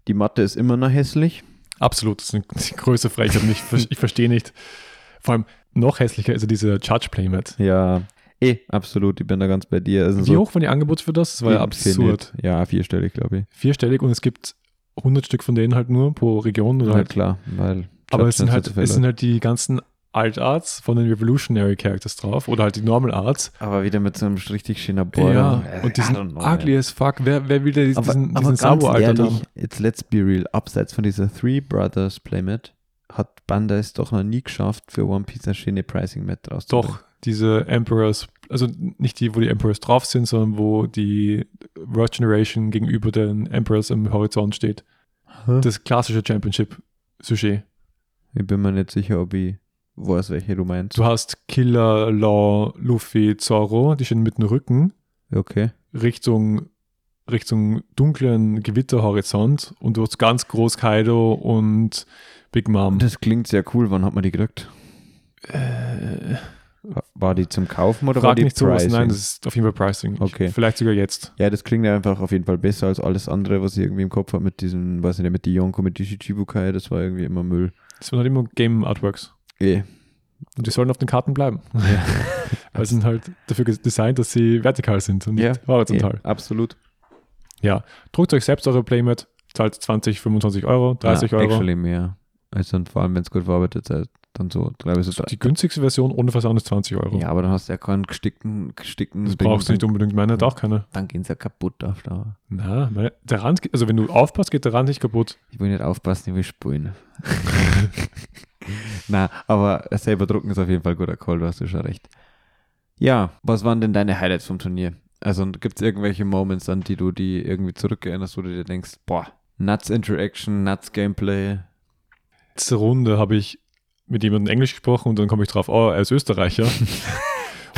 A: Die Matte ist immer noch hässlich.
B: absolut das ist eine größere Frechheit. Und ich, ich verstehe nicht. Vor allem noch hässlicher ist ja diese Charge-Playmat.
A: Ja. Eh, absolut. Ich bin da ganz bei dir. Also
B: Wie hoch waren die Angebote für das? Das war ja absurd.
A: Ja, vierstellig, glaube ich.
B: vierstellig und es gibt 100 Stück von denen halt nur pro Region. Oder
A: Ja,
B: halt,
A: klar. Weil
B: aber es sind,
A: Judgment
B: halt,
A: so
B: es
A: viele
B: sind halt die ganzen Alt-Arts von den Revolutionary Characters drauf oder halt die Normal Arts.
A: Aber wieder mit so einem richtig schönen
B: ja,
A: Border. Äh, I
B: und die sind
A: don't know,
B: ugly
A: man.
B: as fuck. Wer, wer will denn diesen,
A: Aber,
B: diesen
A: aber ganz
B: Sabo-Altart haben?
A: ehrlich, jetzt let's be real, abseits von dieser Three Brothers Playmat hat Bandai es doch noch nie geschafft, für One Piece eine schöne Pricing-Mat draus zu
B: Doch, diese Emperors, also nicht die, wo die Emperors drauf sind, sondern wo die World Generation gegenüber den Emperors am Horizont steht.
A: bringen.
B: Das klassische Championship-Sujet.
A: Ich bin mir nicht sicher, ob ich weiß, welche du meinst.
B: Du hast Killer, Law, Luffy, Zorro, die stehen mit dem Rücken
A: Okay.
B: Richtung, Richtung dunklen Gewitterhorizont und du hast ganz groß Kaido und Big Mom.
A: Das klingt sehr cool. Wann hat man die gekriegt?
B: äh,
A: War die zum Kaufen oder war
B: frag
A: die
B: nicht sowas,
A: Pricing?
B: nein, das ist auf jeden Fall Pricing. Ich-
A: Okay.
B: Vielleicht sogar jetzt.
A: Ja, das klingt ja einfach auf jeden Fall besser als alles andere, was ich irgendwie im Kopf habe mit diesem, weiß ich nicht, mit die Yonko, mit die Shichibukai, das war irgendwie immer Müll.
B: Das waren halt immer Game Artworks.
A: Eh.
B: Und die sollen auf den Karten bleiben. Weil sie sind halt dafür ges- designt, dass sie vertikal sind und nicht
A: Ja,
B: horizontal.
A: eh, absolut.
B: Ja. Druckt euch selbst eure Playmat, zahlt 20, 25 Euro, 30
A: Na,
B: Euro.
A: Ah, Actually mehr. Also und vor allem, wenn es gut verarbeitet seid, Dann so, glaube ich, so drei.
B: Die günstigste Version ohne Versand ist 20 Euro.
A: Ja, aber dann hast du ja keinen gestickten, gestickten.
B: das brauchst du nicht
A: Ding.
B: unbedingt. Meine hat auch keine.
A: Dann gehen sie ja kaputt auf Dauer.
B: Na, meine, der Rand, geht- also wenn du aufpasst, geht der Rand nicht kaputt.
A: Ich will nicht aufpassen, ich will spulen. Na, aber selber drucken ist auf jeden Fall guter Call, du hast du schon recht. Ja, was waren denn deine Highlights vom Turnier? Also gibt es irgendwelche Moments, an die du die irgendwie zurückerinnerst, wo du dir denkst, boah, Nuts Interaction, Nuts Gameplay.
B: Letzte Runde habe ich mit jemandem Englisch gesprochen und dann komme ich drauf, oh, er ist Österreicher. Und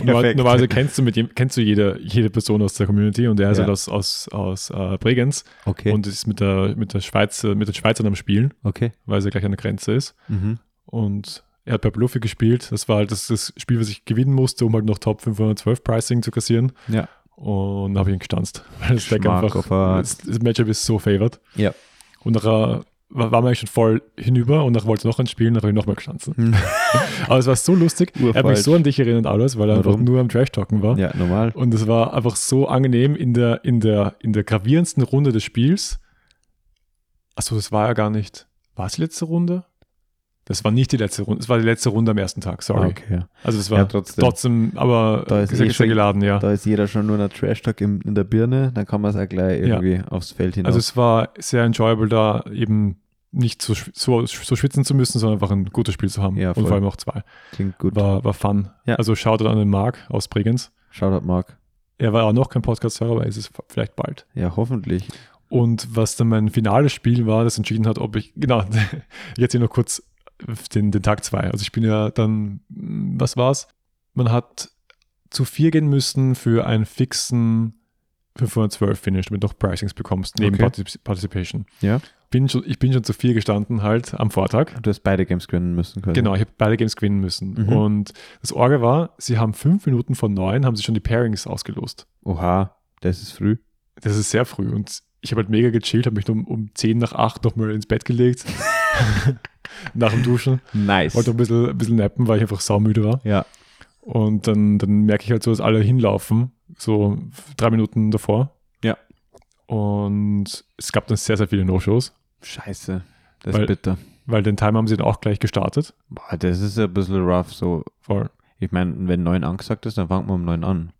B: normal-
A: Perfekt.
B: Normalerweise kennst du, mit jedem, kennst du jede, jede Person aus der Community und er ist
A: Ja.
B: halt aus, aus, aus äh, Bregenz
A: Okay,
B: und ist mit, der, mit, der Schweiz, mit den Schweizern am Spielen,
A: okay.
B: weil sie gleich an der Grenze ist.
A: Mhm.
B: Und er hat bei Bluffy gespielt. Das war halt das, das Spiel, was ich gewinnen musste, um halt noch Top 512 Pricing zu kassieren.
A: Ja.
B: Und da habe ich ihn gestanzt. Weil das Deck
A: Schmack
B: einfach.
A: auf a-
B: Das, das Matchup ist so favored.
A: Ja.
B: Und nachher war, war man eigentlich schon voll hinüber und nachher wollte ich noch eins spielen, nachher habe ich nochmal gestanzt.
A: Hm.
B: Aber es war so lustig. er hat mich
A: Urfalsch.
B: so an dich erinnert, alles, weil er
A: Warum?
B: einfach nur am Trash-Talken war.
A: Ja, normal.
B: Und es war einfach so angenehm in der, in der, in der gravierendsten Runde des Spiels. Achso, das war ja gar nicht. War es die letzte Runde? Das war nicht die letzte Runde. Es war die letzte Runde am ersten Tag, sorry.
A: Ah, Okay.
B: Also es war
A: Ja, trotzdem.
B: trotzdem, aber
A: Da ist
B: ist ja
A: eh schon-
B: geladen, ja.
A: Da ist jeder schon nur ein Trash-Talk im- in der Birne, dann kann man es auch gleich
B: Ja.
A: irgendwie aufs Feld hinaus.
B: Also es war sehr enjoyable, da eben nicht so, schw- so, so schwitzen zu müssen, sondern einfach ein gutes Spiel zu haben.
A: Ja,
B: Und
A: voll.
B: vor allem auch zwei.
A: Klingt gut.
B: War, war fun.
A: Ja.
B: Also Shoutout an den Marc aus Bregenz.
A: Shoutout, Marc.
B: Er war auch noch kein Podcast-Hörer, aber es ist vielleicht bald.
A: Ja, hoffentlich.
B: Und was dann mein finales Spiel war, das entschieden hat, ob ich, genau, jetzt hier noch kurz den, den Tag zwei. Also ich bin ja dann, mm, was war's? Man hat zu vier gehen müssen für einen fixen 512 Finish, damit du noch Pricings bekommst, neben
A: Okay.
B: Partizip- Participation.
A: Ja.
B: Bin schon, ich bin schon zu vier gestanden halt am Vortag.
A: Du hast beide Games gewinnen müssen können.
B: Genau, ich habe beide Games gewinnen müssen.
A: Mhm.
B: Und das Orge war, sie haben fünf Minuten vor neun, haben sie schon die Pairings ausgelost.
A: Oha, das ist früh.
B: Das ist sehr früh und ich habe halt mega gechillt, habe mich um, um 10 nach 8 nochmal ins Bett gelegt. nach dem Duschen.
A: Nice.
B: Wollte ein bisschen, ein bisschen nappen, weil ich einfach saumüde war.
A: ja.
B: Und dann, dann merke ich halt so, dass alle hinlaufen, so drei Minuten davor.
A: Ja.
B: Und es gab dann sehr, sehr viele No-Shows,
A: Scheiße. Das
B: Weil-
A: ist bitter.
B: weil den Timer haben sie dann auch gleich gestartet.
A: Boah, das ist ein bisschen rough. So,
B: Vor,
A: ich meine, wenn neun angesagt ist, dann fangt man um neun an.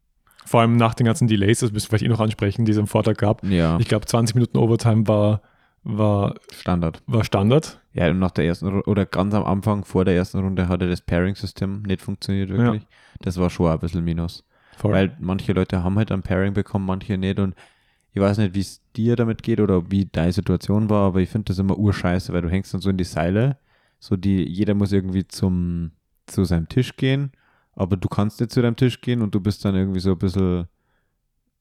B: vor allem nach den ganzen Delays, das müssen wir vielleicht eh noch ansprechen, die es am Vortag gab.
A: Ja,
B: Ich glaube, 20 Minuten Overtime war, war,
A: Standard.
B: war Standard.
A: Ja, und nach der ersten Runde, oder ganz am Anfang vor der ersten Runde hatte das Pairing-System nicht funktioniert wirklich. Das war schon ein bisschen Minus.
B: Vor,
A: Weil manche Leute haben halt ein Pairing bekommen, manche nicht. Und ich weiß nicht, wie es dir damit geht oder wie deine Situation war, aber ich finde das immer urscheiße, weil du hängst dann so in die Seile. So die, jeder muss irgendwie zum, zu seinem Tisch gehen, aber du kannst nicht zu deinem Tisch gehen und du bist dann irgendwie so ein bisschen,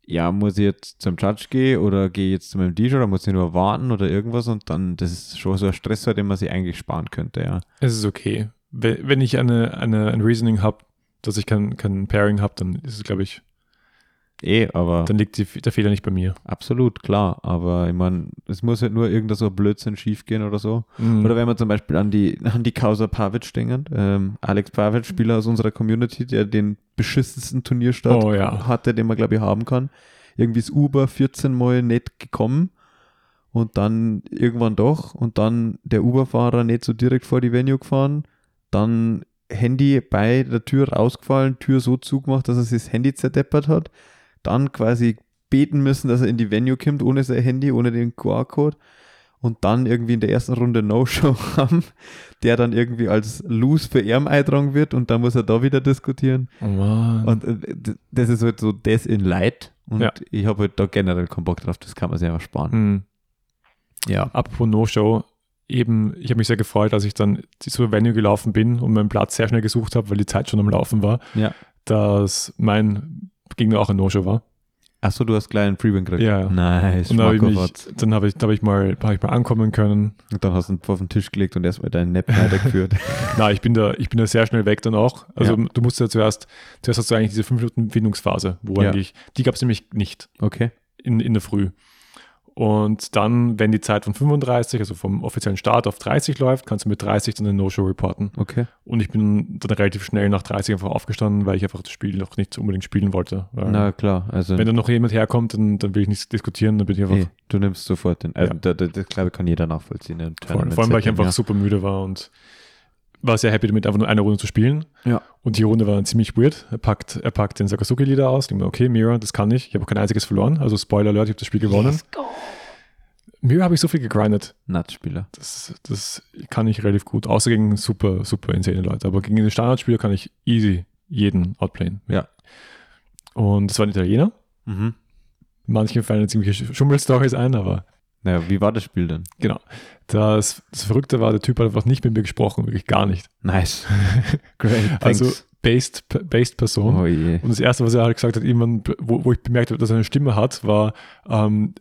A: ja, muss ich jetzt zum Judge gehen oder gehe ich jetzt zu meinem DJ oder muss ich nur warten oder irgendwas und dann, das ist schon so ein Stressor, den man sich eigentlich sparen könnte, ja.
B: Es ist okay. We- Wenn ich eine, eine, ein Reasoning habe, dass ich kein, kein Pairing habe, dann ist es, glaube ich,
A: Eh, aber.
B: dann liegt die, der Fehler nicht bei mir.
A: Absolut, klar. Aber ich meine, es muss halt nur irgendein so Blödsinn schiefgehen oder so.
B: Mhm.
A: Oder wenn wir zum Beispiel an die, an die Causa Pavic denken, ähm, Alex Pavic, Spieler aus unserer Community, der den beschissensten Turnierstart
B: Oh ja.
A: hatte, den man glaube ich haben kann. Irgendwie ist Uber 14 Mal nicht gekommen und dann irgendwann doch und dann der Uberfahrer nicht so direkt vor die Venue gefahren, dann Handy bei der Tür rausgefallen, Tür so zugemacht, dass er sich das Handy zerdeppert hat, dann quasi beten müssen, dass er in die Venue kommt, ohne sein Handy, ohne den QR-Code und dann irgendwie in der ersten Runde No-Show haben, der dann irgendwie als Loose für Erm eingetragen wird und dann muss er da wieder diskutieren.
B: Oh Mann.
A: Und äh, d- das ist halt so das in Light und
B: Ja.
A: ich habe halt da generell keinen Bock drauf, das kann man sich einfach sparen.
B: Mhm.
A: Ja.
B: Apropos No-Show, eben, ich habe mich sehr gefreut, als ich dann zur Venue gelaufen bin und meinen Platz sehr schnell gesucht habe, weil die Zeit schon am Laufen war,
A: Ja.
B: dass mein Gegner auch ein No-Show war.
A: Achso, du hast gleich einen Freebin gekriegt.
B: Ja, ja.
A: Nice.
B: Und dann habe ich, mich-
A: Schmackofatz.
B: dann habe ich, dann hab ich, mal- hab ich mal ankommen können,
A: und dann hast du ihn auf den Tisch gelegt und erstmal deinen Nap weitergeführt.
B: Na, ich bin da, ich bin da sehr schnell weg dann auch. Also
A: Ja.
B: du musst ja zuerst, zuerst hast du eigentlich diese 5 Minuten Bindungsphase, wo
A: Ja.
B: eigentlich, die gab es nämlich nicht
A: Okay.
B: in, in der Früh. Und dann, wenn die Zeit von 35, also vom offiziellen Start auf 30 läuft, kannst du mit 30 dann eine No-Show reporten.
A: Okay.
B: Und ich bin dann relativ schnell nach 30 einfach aufgestanden, weil ich einfach das Spiel noch nicht unbedingt spielen wollte. Weil
A: Na klar, also
B: wenn dann noch jemand herkommt, dann, dann will ich nichts diskutieren, dann bin ich einfach,
A: nee, du nimmst sofort den. Also
B: Ja.
A: da, da, das glaube ich kann jeder nachvollziehen. ne?
B: vor, vor allem, weil ich
A: Tournament-Setting,
B: einfach
A: ja.
B: super müde war und war sehr happy damit, einfach nur eine Runde zu spielen.
A: Ja.
B: Und die Runde war dann ziemlich weird. Er packt, er packt den Sakazuki-Leader aus. Denkt mir, okay, Mira, das kann ich. Ich habe auch kein einziges verloren. Also Spoiler Alert, ich habe das Spiel gewonnen. Mira habe ich so viel gegrindet.
A: Nutzspieler.
B: Das, das kann ich relativ gut. Außer gegen super, super insane Leute. Aber gegen den Standardspieler kann ich easy jeden outplayen.
A: Ja.
B: Und das war ein Italiener.
A: Mhm.
B: Manchen fallen ziemliche Schummelstories ein, aber
A: Naja, wie war das Spiel denn?
B: Das, das Verrückte war, der Typ hat einfach nicht mit mir gesprochen, wirklich gar nicht.
A: Nice. Great. Thanks.
B: Also based, based Person.
A: oh je.
B: Und das Erste, was er halt gesagt hat, irgendwann, wo, wo ich bemerkt habe, dass er eine Stimme hat, war, ähm,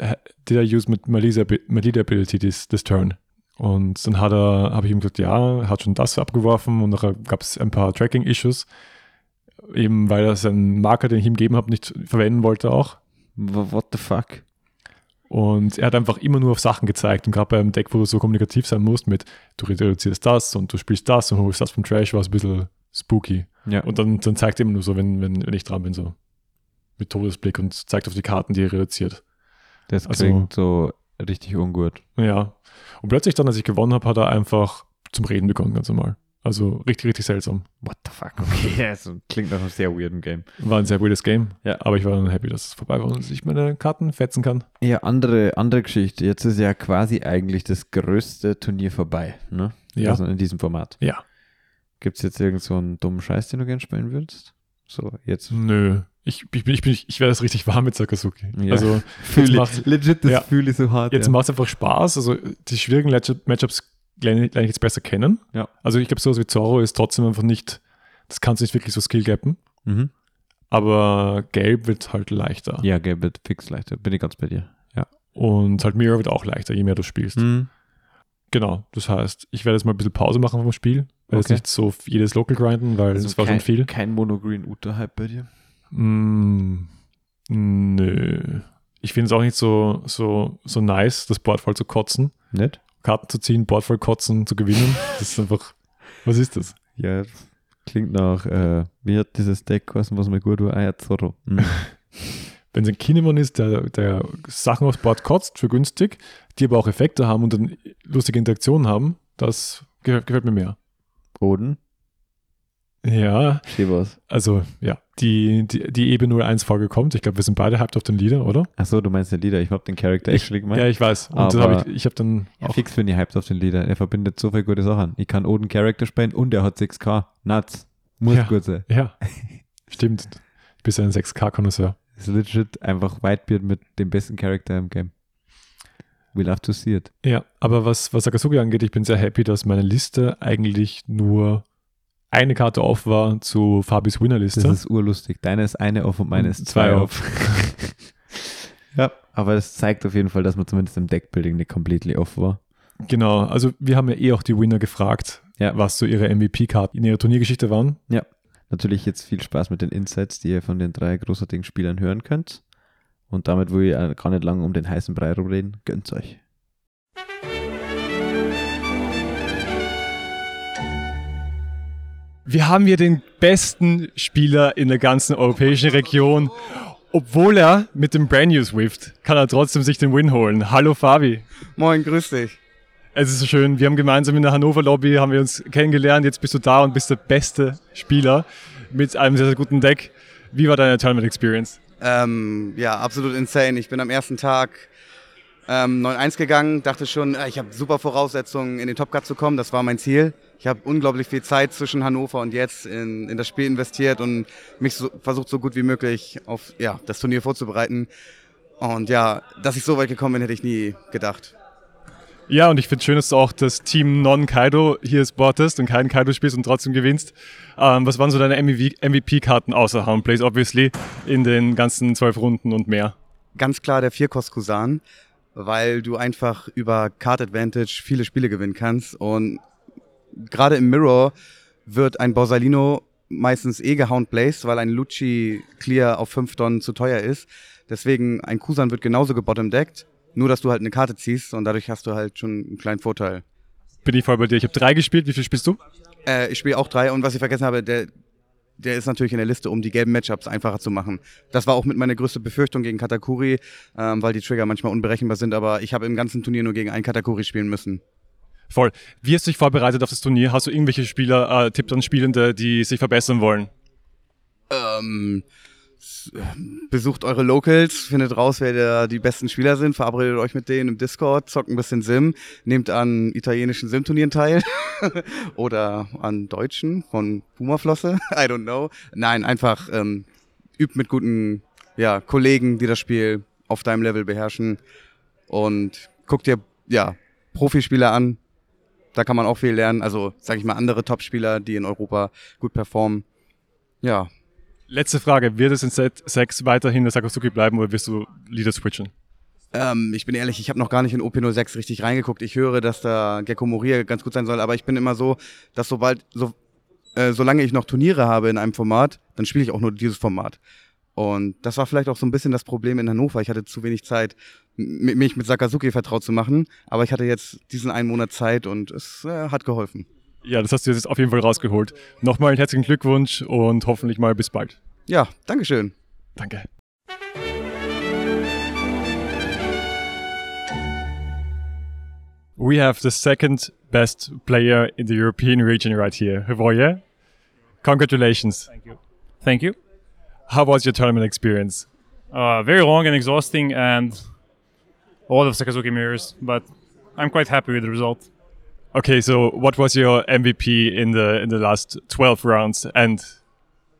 B: did I use mit Malisa, Malida Ability this, this turn? Und dann hat er, habe ich ihm gesagt, ja, er hat schon das abgeworfen und nachher gab es ein paar Tracking-Issues, eben weil er seinen Marker, den ich ihm gegeben habe, nicht verwenden wollte auch.
A: W- What the fuck?
B: Und er hat einfach immer nur auf Sachen gezeigt. Und gerade beim Deck, wo du so kommunikativ sein musst mit, du reduzierst das und du spielst das und holst das vom Trash, war es ein bisschen spooky.
A: Ja.
B: Und dann, dann zeigt er immer nur so, wenn, wenn, wenn ich dran bin, so mit Todesblick und zeigt auf die Karten, die er reduziert.
A: das
B: also-
A: klingt so richtig ungut.
B: Ja. Und plötzlich dann, als ich gewonnen habe, hat er einfach zum Reden begonnen, ganz normal. Also richtig, richtig seltsam.
A: What the fuck? Okay, also klingt nach einem sehr weirden Game.
B: War ein sehr weirdes Game.
A: Ja.
B: Aber ich war dann happy, dass es vorbei war und ich meine Karten fetzen kann.
A: Ja, andere, andere Geschichte. Jetzt ist ja quasi eigentlich das größte Turnier vorbei, ne?
B: Ja.
A: Also in diesem Format.
B: Ja.
A: Gibt es jetzt irgend so einen dummen Scheiß, den du gerne spielen würdest? So, jetzt.
B: Nö. Ich, ich, bin- ich, bin- ich werde das richtig warm mit Sakazuki.
A: Ja.
B: Also
A: Fühl ich,
B: macht's-
A: legit, das
B: Ja.
A: fühle ich so hart.
B: Jetzt
A: ja.
B: macht es einfach Spaß. Also die schwierigen Matchup- Matchups lerne lerne ich jetzt besser kennen.
A: Ja.
B: Also ich glaube, sowas wie Zorro ist trotzdem einfach nicht, das kannst du nicht wirklich so skill-gappen.
A: Mhm.
B: Aber Gelb wird halt leichter.
A: Ja, gell, wird fix leichter. Bin ich ganz bei dir. Ja.
B: Und halt Mirror wird auch leichter, je mehr du spielst.
A: Mhm.
B: Genau, das heißt, ich werde jetzt mal ein bisschen Pause machen vom Spiel. Werde jetzt
A: Okay. Also
B: nicht so jedes Local grinden, weil das war
A: kein,
B: schon viel.
A: Kein Monogreen-Uter-Hype bei dir.
B: Mm, nö. Ich finde es auch nicht so, so, so nice, das Board voll zu kotzen.
A: Nicht?
B: Karten zu ziehen, Board voll kotzen, zu gewinnen. Das ist einfach, was ist das?
A: Ja, das klingt nach, äh, wie hat dieses Deck geheißen, was mir gut war? Ah ja, Zorro. Mhm.
B: wenn es ein Kinemon ist, der, der Sachen aufs Board kotzt für günstig, die aber auch Effekte haben und dann lustige Interaktionen haben, das gefällt, gefällt mir mehr.
A: Oden,
B: Ja,
A: Shivas.
B: also ja, die, die, die E EB01-Folge kommt. Ich glaube, wir sind beide hyped auf den Leader, oder?
A: Achso, du meinst den Leader. Ich hab den Charakter
B: Ich-
A: actually gemeint.
B: Ja, ich weiß. Und das
A: Aber-
B: hab ich ich habe dann
A: Ja,
B: auch.
A: fix bin ich hyped auf den Leader. Er verbindet so viele gute Sachen. Ich kann Oden Charakter spielen und er hat 6K. Nuts. Muss
B: Ja.
A: gut sein.
B: Ja, stimmt. Du bist ein 6K-Konnoisseur.
A: Ist legit einfach Whitebeard mit dem besten Charakter im Game. We'll have to see it.
B: Ja, aber was, was Akatsuki angeht, ich bin sehr happy, dass meine Liste eigentlich nur eine Karte auf war zu Fabis Winnerliste.
A: Das ist urlustig. Deine ist eine auf und meine ist
B: Und
A: zwei
B: zwei
A: auf. ja, aber das zeigt auf jeden Fall, dass man zumindest im Deckbuilding nicht completely off war.
B: Genau, also wir haben ja eh auch die Winner gefragt,
A: Ja.
B: was so ihre MVP-Karten in ihrer Turniergeschichte waren.
A: Natürlich jetzt viel Spaß mit den Insights, die ihr von den drei großartigen Spielern hören könnt. Und damit will ich äh, gar nicht lange um den heißen Brei rumreden. Gönnt's euch.
B: Wir haben hier den besten Spieler in der ganzen europäischen Region. Obwohl er mit dem Brand New Swift kann er trotzdem sich den Win holen. Hallo Fabi.
C: Moin, grüß dich.
B: Es ist so schön. Wir haben gemeinsam in der Hannover Lobby haben wir uns kennengelernt. Jetzt bist du da und bist der beste Spieler mit einem sehr, sehr guten Deck. Wie war deine Tournament Experience?
C: Ähm, ja, absolut insane. Ich bin am ersten Tag ähm, 9-1 gegangen, dachte schon, äh, ich habe super Voraussetzungen, in den Top Cut zu kommen. Das war mein Ziel. Ich habe unglaublich viel Zeit zwischen Hannover und jetzt in, in das Spiel investiert und mich so, versucht, so gut wie möglich auf ja, das Turnier vorzubereiten. Und ja, dass ich so weit gekommen bin, hätte ich nie gedacht.
B: Ja, und ich finde schön, dass du auch das Team Non-Kaido hier sportest und keinen Kaido spielst und trotzdem gewinnst. Ähm, was waren so deine MVP-Karten außer Homeplays, obviously, in den ganzen zwölf Runden und mehr?
C: Ganz klar der Vierkost-Kusan, weil du einfach über Card Advantage viele Spiele gewinnen kannst und gerade im Mirror wird ein Borsalino meistens eh gehound placed, weil ein Lucci Clear auf 5 Tonnen zu teuer ist. Deswegen ein Kusan wird genauso gebottomdeckt, nur dass du halt eine Karte ziehst und dadurch hast du halt schon einen kleinen Vorteil.
B: Bin ich voll bei dir. Ich habe drei gespielt. Wie viel spielst du?
C: Äh, ich spiele auch drei und was ich vergessen habe, der, der ist natürlich in der Liste, um die gelben Matchups einfacher zu machen. Das war auch mit meine größte Befürchtung gegen Katakuri, ähm, weil die Trigger manchmal unberechenbar sind, aber ich habe im ganzen Turnier nur gegen einen Katakuri spielen müssen.
B: Voll. Wie hast du dich vorbereitet auf das Turnier? Hast du irgendwelche Spieler, äh, Tipps an Spielende, die sich verbessern wollen?
C: Ähm, s- besucht eure Locals, findet raus, wer der, die besten Spieler sind, verabredet euch mit denen im Discord, zockt ein bisschen Sim, nehmt an italienischen Sim-Turnieren teil oder an deutschen von Pumaflosse, I don't know. Nein, einfach ähm, übt mit guten ja, Kollegen, die das Spiel auf deinem Level beherrschen und guckt dir ja, Profispieler an, da kann man auch viel lernen, also sag ich mal andere Topspieler, die in Europa gut performen. Ja,
B: Letzte Frage. Wird es in Set 6 weiterhin der Sakosuki bleiben oder wirst du Leader switchen?
C: Ähm, ich bin ehrlich, ich habe noch gar nicht in OP06 richtig reingeguckt. Ich höre, dass da Gecko Moria ganz gut sein soll, aber ich bin immer so, dass sobald, so, äh, solange ich noch Turniere habe in einem Format, dann spiele ich auch nur dieses Format. Und das war vielleicht auch so ein bisschen das Problem in Hannover. Ich hatte zu wenig Zeit, m- mich mit Sakazuki vertraut zu machen, aber ich hatte jetzt diesen einen Monat Zeit und es äh, hat geholfen.
B: Ja, das hast du jetzt auf jeden Fall rausgeholt. Nochmal einen herzlichen Glückwunsch und hoffentlich mal bis bald.
C: Ja, Dankeschön.
B: Danke. We have the second best player in the European region right here, Hvoje. Congratulations.
D: Thank you.
B: How was your tournament experience?
D: Uh, very long and exhausting, and a lot of Sakazuki mirrors, but I'm quite happy with the result.
B: Okay, so what was your MVP in the in the last 12 rounds and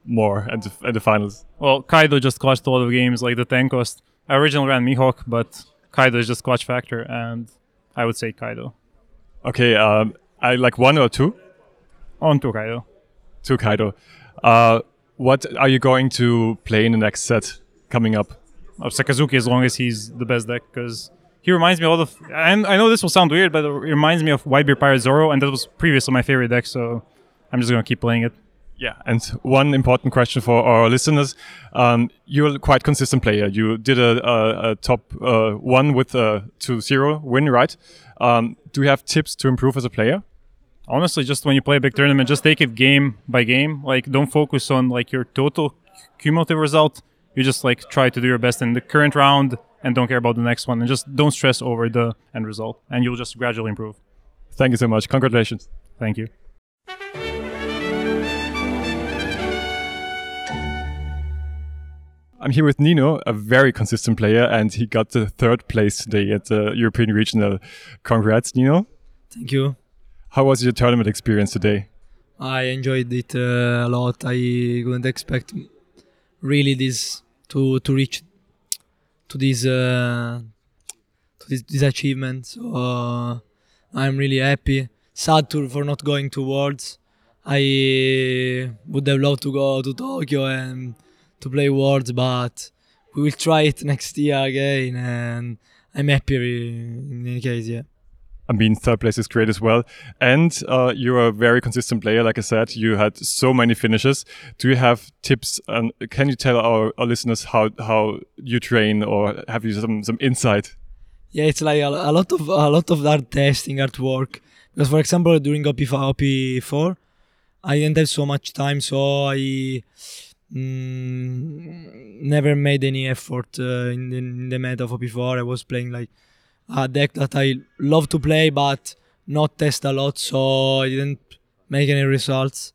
B: more and the, and the finals?
D: Well, Kaido just clutched a lot of games, like the 10 cost. I originally ran Mihawk, but Kaido is just clutch factor, and I would say Kaido.
B: Okay, um, I like one or two.
D: On to Kaido.
B: to Kaido. Uh, what are you going to play in the next set coming up?
D: Of Sakazuki, as long as he's the best deck, because he reminds me a lot of. And I know this will sound weird, but it reminds me of Whitebeard Pirate Zoro, and that was previously my favorite deck, so I'm just gonna keep playing it.
B: Yeah, and one important question for our listeners: um, You're a quite consistent player. You did a, a, a top uh, one with a 2-0 win, right? Um, do you have tips to improve as a player?
D: honestly just when you play a big tournament just take it game by game like don't focus on like your total cumulative result you just like try to do your best in the current round and don't care about the next one and just don't stress over the end result and you'll just gradually improve
B: Thank you so much. Congratulations.
D: thank you
B: I'm here with Nino, a very consistent player, and he got the third place today at the European Regional. Congrats, Nino.
E: Thank you.
B: How was your tournament experience today?
E: I enjoyed it uh, a lot. I couldn't expect really this to to reach to this uh, to this, this achievement. So uh, I'm really happy. Sad to, for not going to Worlds. I would have loved to go to Tokyo and to play Worlds, but we will try it next year again. And I'm happy in any case. Yeah.
B: I mean, third place is great as well. And uh, you're a very consistent player. Like I said, you had so many finishes. Do you have tips? And can you tell our, our listeners how, how you train or have you some, some insight?
E: Yeah, it's like a, a lot of a lot of hard testing, hard work. Because for example, during OP OP four, I didn't have so much time, so I mm, never made any effort uh, in, the, in the meta of OP four. I was playing like a deck that I love to play, but not test a lot, so I didn't make any results.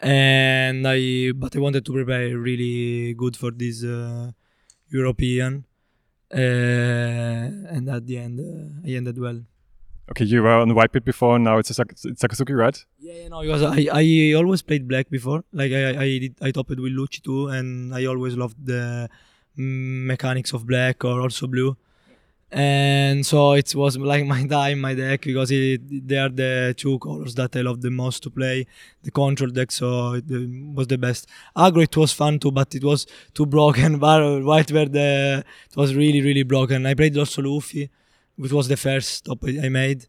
E: And I, but I wanted to prepare really good for this uh, European uh, and at the end uh, I ended well.
B: Okay, you were on White Pit before, now it's, a Sak- it's Sakazuki, right?
E: Yeah, yeah, no, because I, I always played black before. Like I I did I topped with Luchi too, and I always loved the mm, mechanics of black or also blue. And so it was like my time, my deck, because it, they are the two colors that I love the most to play. The control deck, so it um, was the best. Agro, it was fun too, but it was too broken. But White were the it was really really broken. I played also Luffy, which was the first top I I made.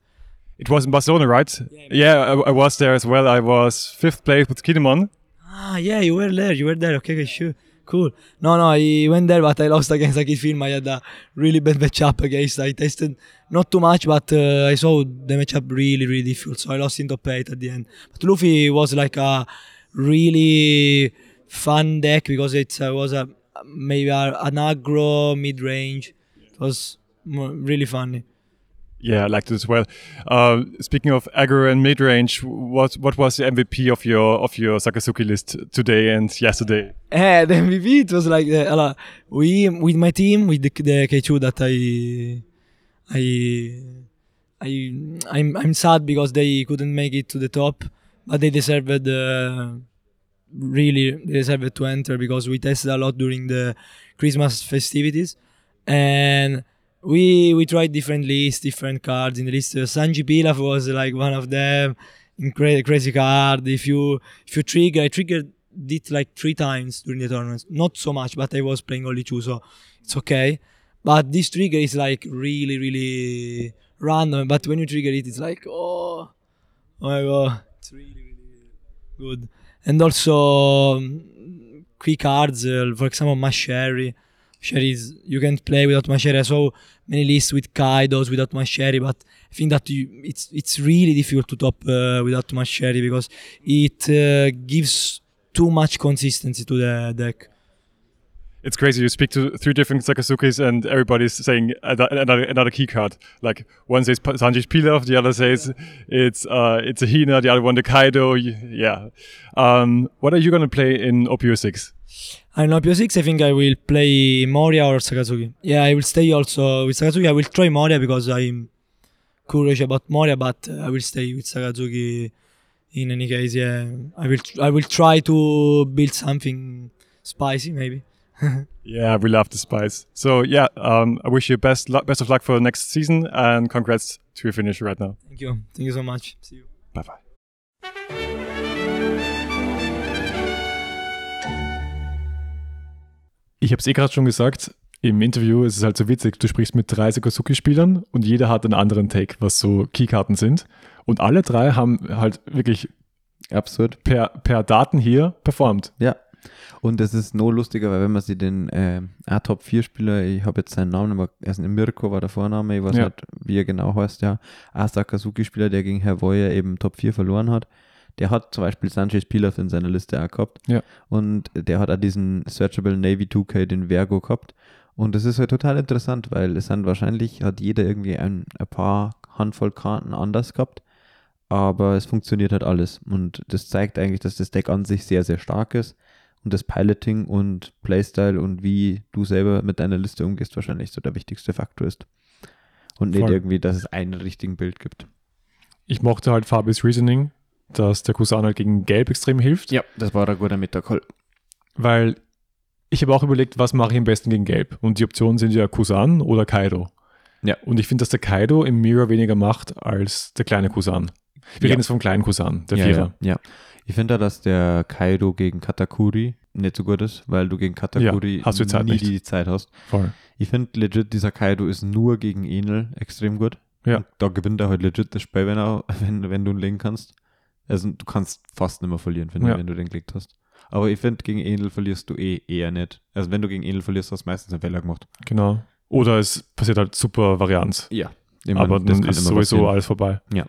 B: It was in Barcelona, right? Yeah, I, I was there as well. I was fifth place with Kinemon.
E: Ah, yeah, you were there. You were there. Okay, okay, sure. Cool. No, no, I went there, but I lost against Aki Film. I had a really bad matchup against. I tested not too much, but uh, I saw the matchup really, really difficult. So I lost in top 8 at the end. But Luffy was like a really fun deck because it uh, was a maybe a, an aggro mid range. It was mo- really funny.
B: Yeah, I liked it as well. Uh, speaking of aggro and mid range, what what was the MVP of your of your Sakasuki list today and yesterday?
E: Eh, the MVP it was like the, uh, we with my team with the, the K2 that I I I I'm I'm sad because they couldn't make it to the top, but they deserved uh, really they deserved to enter because we tested a lot during the Christmas festivities, and we we tried different lists, different cards in the list. Uh, Sanji Pilaf was like one of them, incre- crazy card. If you if you trigger, I triggered it like three times during the tournament. Not so much, but I was playing only two, so it's okay. But this trigger is like really really random. But when you trigger it, it's like oh, oh my god, it's really really good. And also um, quick cards, uh, for example, Masheri. Masheri is you can't play without Masheri. I saw many lists with Kaidos without Masheri, but I think that you, it's it's really difficult to top uh, without Masheri because it uh, gives too much consistency to the deck.
B: It's crazy. You speak to three different Sakasukis, and everybody's saying ano- another, another key card. Like one says Pa- Sanji's Pilaf, the other says it's uh, it's a Hina, the other one the Kaido. y- Yeah. Um, what are you gonna play in OPU six?
E: I know PO6, I think I will play Moria or Sakatsuki. Yeah, I will stay also with Sakatsuki. I will try Moria because I'm curious about Moria, but uh, I will stay with Sakatsuki in any case. Yeah, I will I will try to build something spicy maybe.
B: Yeah, we love the spice. So yeah, um, I wish you best lu- best of luck for next season, and congrats to your finish right now.
E: Thank you. Thank you so much. See you.
B: Bye bye. Ich habe es eh gerade schon gesagt, im Interview ist es halt so witzig, du sprichst mit drei Sekasuki-Spielern und jeder hat einen anderen Take, was so Keykarten sind. Und alle drei haben halt wirklich
A: Absurd.
B: per, per Daten hier performt.
A: Ja. Und das ist noch lustiger, weil wenn man sie den äh, A-Top 4-Spieler, ich habe jetzt seinen Namen, aber erst Mirko war der Vorname, ich weiß
B: Ja.
A: nicht, wie er genau heißt, ja. A-Sakazuki-Spieler, der gegen Herr Voyer eben Top 4 verloren hat, der hat zum Beispiel Sanchez Pilaf in seiner Liste auch gehabt.
B: Ja.
A: Und der hat auch diesen Searchable Navy 2K, den Vergo gehabt. Und das ist halt total interessant, weil es sind wahrscheinlich, hat jeder irgendwie ein, ein paar Handvoll Karten anders gehabt aber es funktioniert halt alles. Und das zeigt eigentlich, dass das Deck an sich sehr, sehr stark ist und das Piloting und Playstyle und wie du selber mit deiner Liste umgehst, wahrscheinlich so der wichtigste Faktor ist. Und nicht
B: Voll.
A: irgendwie, dass es einen richtigen Bild gibt.
B: Ich mochte halt Fabis Reasoning, dass der Kusan halt gegen Gelb extrem hilft.
A: Ja, das war ein guter Metacall.
B: weil ich habe auch überlegt, was mache ich am besten gegen Gelb? Und die Optionen sind ja Kusan oder Kaido.
A: Ja.
B: Und ich finde, dass der Kaido im Mirror weniger macht als der kleine Kusan. Wir
A: Ja.
B: reden jetzt vom kleinen Kusan, der
A: ja,
B: Vierer.
A: Ja, ja. Ich finde da, dass der Kaido gegen Katakuri nicht so gut ist, weil du gegen Katakuri
B: hast du die Zeit
A: nie
B: nicht.
A: die Zeit hast.
B: Voll.
A: Ich finde legit, dieser Kaido ist nur gegen Enel extrem gut.
B: Ja.
A: Und Da gewinnt er halt legit das Spiel, wenn, er, wenn, wenn du ihn legen kannst. Also du kannst fast nicht mehr verlieren, finde ich,
B: Ja.
A: wenn du den gelegt hast. Aber ich finde, gegen Enel verlierst du eh eher nicht. Also wenn du gegen Enel verlierst, hast du meistens einen Fehler gemacht.
B: Genau. Oder es passiert halt super Varianz.
A: Ja. Ich mein,
B: aber
A: das
B: dann
A: kann
B: ist
A: immer
B: sowieso
A: passieren.
B: alles vorbei.
A: Ja.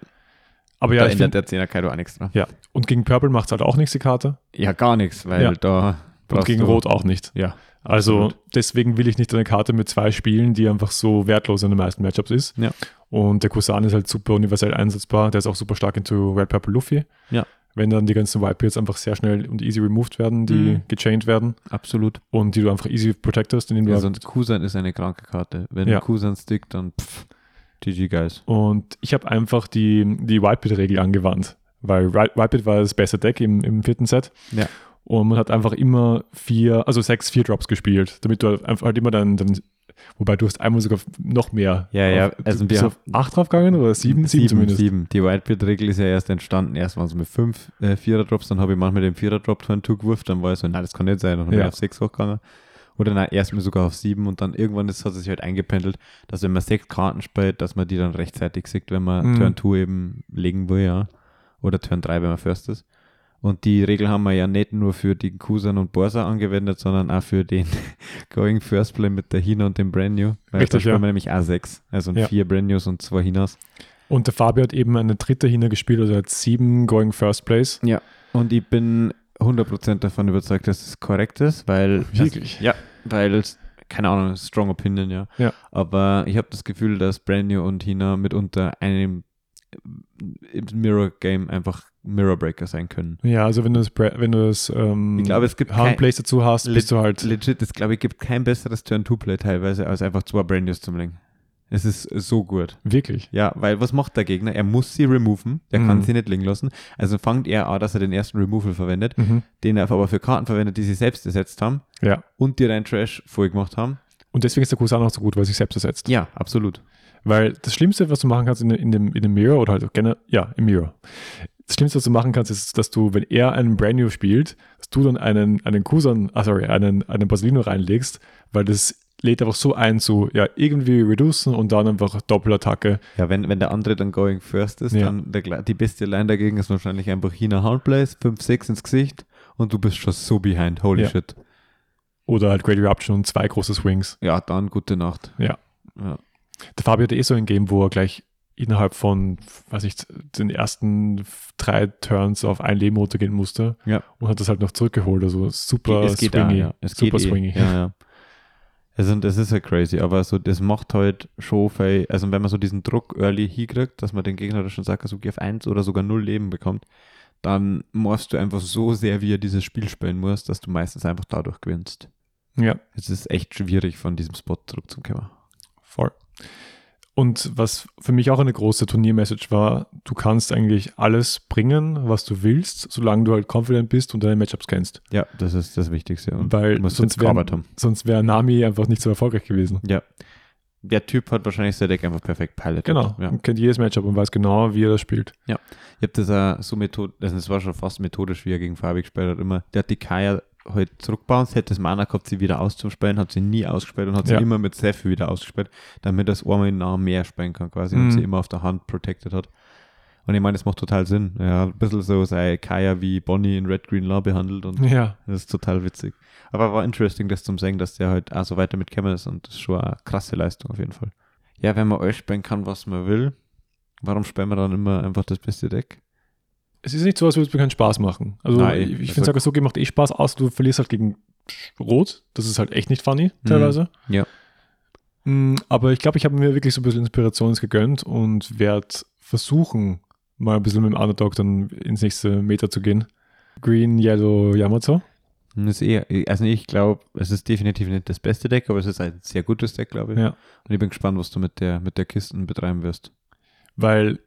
B: Aber
A: Da
B: ja, ich
A: ändert
B: find,
A: der Zehner Kaido auch nichts dran.
B: ja. Und gegen Purple macht es halt auch nichts, die Karte.
A: Ja, gar nichts, weil
B: Ja.
A: da
B: Und
A: brauchst
B: gegen
A: du-
B: Rot auch nicht.
A: Ja.
B: Also
A: Absolut.
B: deswegen will ich nicht eine Karte mit zwei Spielen, die einfach so wertlos in den meisten Matchups ist.
A: Ja.
B: Und der Kusan ist halt super universell einsetzbar. Der ist auch super stark into Red Purple Luffy.
A: Ja.
B: Wenn dann die ganzen Whitebeards einfach sehr schnell und easy removed werden, die
A: Mhm.
B: gechained werden
A: Absolut.
B: und die du einfach easy protectest, indem du
A: Ja,
B: einfach-
A: sonst Kusan ist eine kranke Karte. Wenn
B: Ja.
A: Kusan stickt, dann pff, GG, guys. Und
B: Und ich habe einfach die, die Whitebeard-Regel angewandt, weil Ri- Whitebeard war das beste Deck im, im vierten Set.
A: Ja.
B: Und man hat einfach immer vier, also sechs vier Drops gespielt, damit du halt einfach halt immer dann, dann wobei du hast einmal sogar noch mehr.
A: Ja, ja,
B: Auf,
A: also
B: also bist
A: wir-
B: du auf acht draufgegangen oder sieben? Sieben, zumindest.
A: Sieben. Die Whitebeard-Regel ist ja erst entstanden. Erst waren es mit fünf äh, Vierer-Drops, dann habe ich manchmal den Vierer-Drop von Two gewurft, dann war ich so, nein, das kann nicht sein. Dann bin
B: Ja.
A: ich auf sechs hochgegangen. Oder nein, erst mal sogar auf sieben und dann irgendwann ist, hat es sich halt eingependelt, dass wenn man sechs Karten spielt, dass man die dann rechtzeitig sieht, wenn man
B: Mhm.
A: Turn 2 eben legen will, ja. Oder Turn 3, wenn man First ist. Und die Regel haben wir ja nicht nur für die Kusan und Borsa angewendet, sondern auch für den Going First Play mit der Hina und dem Brand New. Weil
B: Richtig,
A: da spielen
B: ja.
A: wir nämlich A6. Also
B: Ja.
A: vier Brand News und zwei Hinas.
B: Und der Fabio hat eben eine dritte Hina gespielt, also er hat sieben going first place.
A: Ja. Und ich bin 100% davon überzeugt, dass es korrekt ist, weil.
B: Wirklich?
A: ja, weil es keine Ahnung, strong opinion, ja.
B: Ja.
A: Aber ich habe das Gefühl, dass Brand New und Hina mitunter einem im Mirror Game einfach Mirror Breaker sein können.
B: Ja, also wenn du das, Bra- wenn du das ähm,
A: Ich glaube, es gibt kein-
B: Handplays dazu hast,
A: Lit-
B: bist du halt.
A: Legit, es glaube ich gibt kein besseres Turn-to-Play teilweise, als einfach zwei Brand News zu bringen. Es ist so gut.
B: Wirklich.
A: Ja, weil was macht der Gegner? Er muss sie removen, der
B: Mhm.
A: kann sie nicht liegen lassen. Also fängt er an, dass er den ersten Removal verwendet,
B: Mhm.
A: den er aber für Karten verwendet, die sie selbst ersetzt haben
B: Ja.
A: und die rein Trash vorgemacht haben.
B: Und deswegen ist der Kusan auch so gut, weil er sich selbst ersetzt.
A: Ja, absolut.
B: Weil das Schlimmste, was du machen kannst in, in, dem, in dem Mirror oder halt auch gerne, ja, im Mirror. Das Schlimmste, was du machen kannst, ist, dass du, wenn er einen Brand New spielt, dass du dann einen, einen Kusan, ah, sorry, einen, einen Basilino reinlegst, weil das lädt einfach so ein zu, ja, irgendwie reducen und dann einfach Doppelattacke.
A: Ja, wenn, wenn der andere dann going first ist,
B: Ja.
A: dann der, gle- die beste Line dagegen ist wahrscheinlich einfach China Handplays, 5-6 ins Gesicht und du bist schon so behind, holy
B: Ja.
A: shit.
B: Oder halt Great Eruption und zwei große Swings.
A: Ja, dann gute Nacht.
B: Ja.
A: Ja.
B: Der Fabi hatte eh so ein Game, wo er gleich innerhalb von, weiß ich, den ersten f- drei Turns auf ein Leben runtergehen musste
A: Ja.
B: und hat das halt noch zurückgeholt. Also super
A: es geht
B: swingy.
A: auch, ja. Es
B: super
A: geht eh.
B: swingy.
A: Ja, ja. Also das ist ja crazy, aber so das macht halt schon viel, also wenn man so diesen Druck early hinkriegt, dass man den gegnerischen Sakasugi auf 1 oder sogar 0 Leben bekommt, dann musst du einfach so sehr, wie er dieses Spiel spielen muss, dass du meistens einfach dadurch gewinnst.
B: ja.
A: Es ist echt schwierig, von diesem Spot zurückzukommen.
B: Voll. Und was für mich auch eine große Turniermessage war, du kannst eigentlich alles bringen, was du willst, solange du halt confident bist und deine Matchups kennst.
A: Ja, das ist das Wichtigste und
B: Weil
A: du musst
B: sonst
A: jetzt gearbeitet
B: wäre
A: haben.
B: sonst wär Nami einfach nicht so erfolgreich gewesen.
A: Ja. Der Typ hat wahrscheinlich sein Deck einfach perfekt pilotet.
B: Genau.
A: Ja.
B: Und kennt jedes Matchup und weiß genau, wie er das spielt.
A: Ich habe das auch so methodisch, also das war schon fast methodisch, wie er gegen Fabi gespielt hat. Immer, der hat die Kaya halt zurückbounced, hätte das Mana gehabt, sie wieder auszuspielen, hat sie nie ausgespielt und hat
B: Ja.
A: sie immer mit Seth wieder ausgespielt, damit das einmal in Namen mehr spielen kann quasi
B: Mhm.
A: und sie immer auf der Hand protected hat. Und ich meine, das macht total Sinn. Er hat ein bisschen so seine Kaya wie Bonnie in Red Green Law behandelt und
B: Ja.
A: das ist total witzig. Aber war interesting, das zum sehen, dass der halt auch so weiter mitgekommen ist und das ist schon eine krasse Leistung auf jeden Fall. Ja, wenn man euch spielen kann, was man will, warum spielen wir dann immer einfach das beste Deck?
B: Es ist nicht so, als würde es mir keinen Spaß machen. Also
A: Nein,
B: ich, ich
A: also-
B: finde, Sakasoki macht eh Spaß, außer du verlierst halt gegen Rot. Das ist halt echt nicht funny teilweise.
A: Mhm. Ja.
B: Mm, Aber ich glaube, ich habe mir wirklich so ein bisschen Inspiration jetzt gegönnt und werde versuchen, mal ein bisschen mit dem Underdog dann ins nächste Meter zu gehen. Green, Yellow, Yamato.
A: Und Das ist eher, also ich glaube, es ist definitiv nicht das beste Deck, aber es ist ein sehr gutes Deck, glaube ich.
B: Ja.
A: Und ich bin gespannt, was du mit der, mit der Kisten betreiben wirst.
B: weil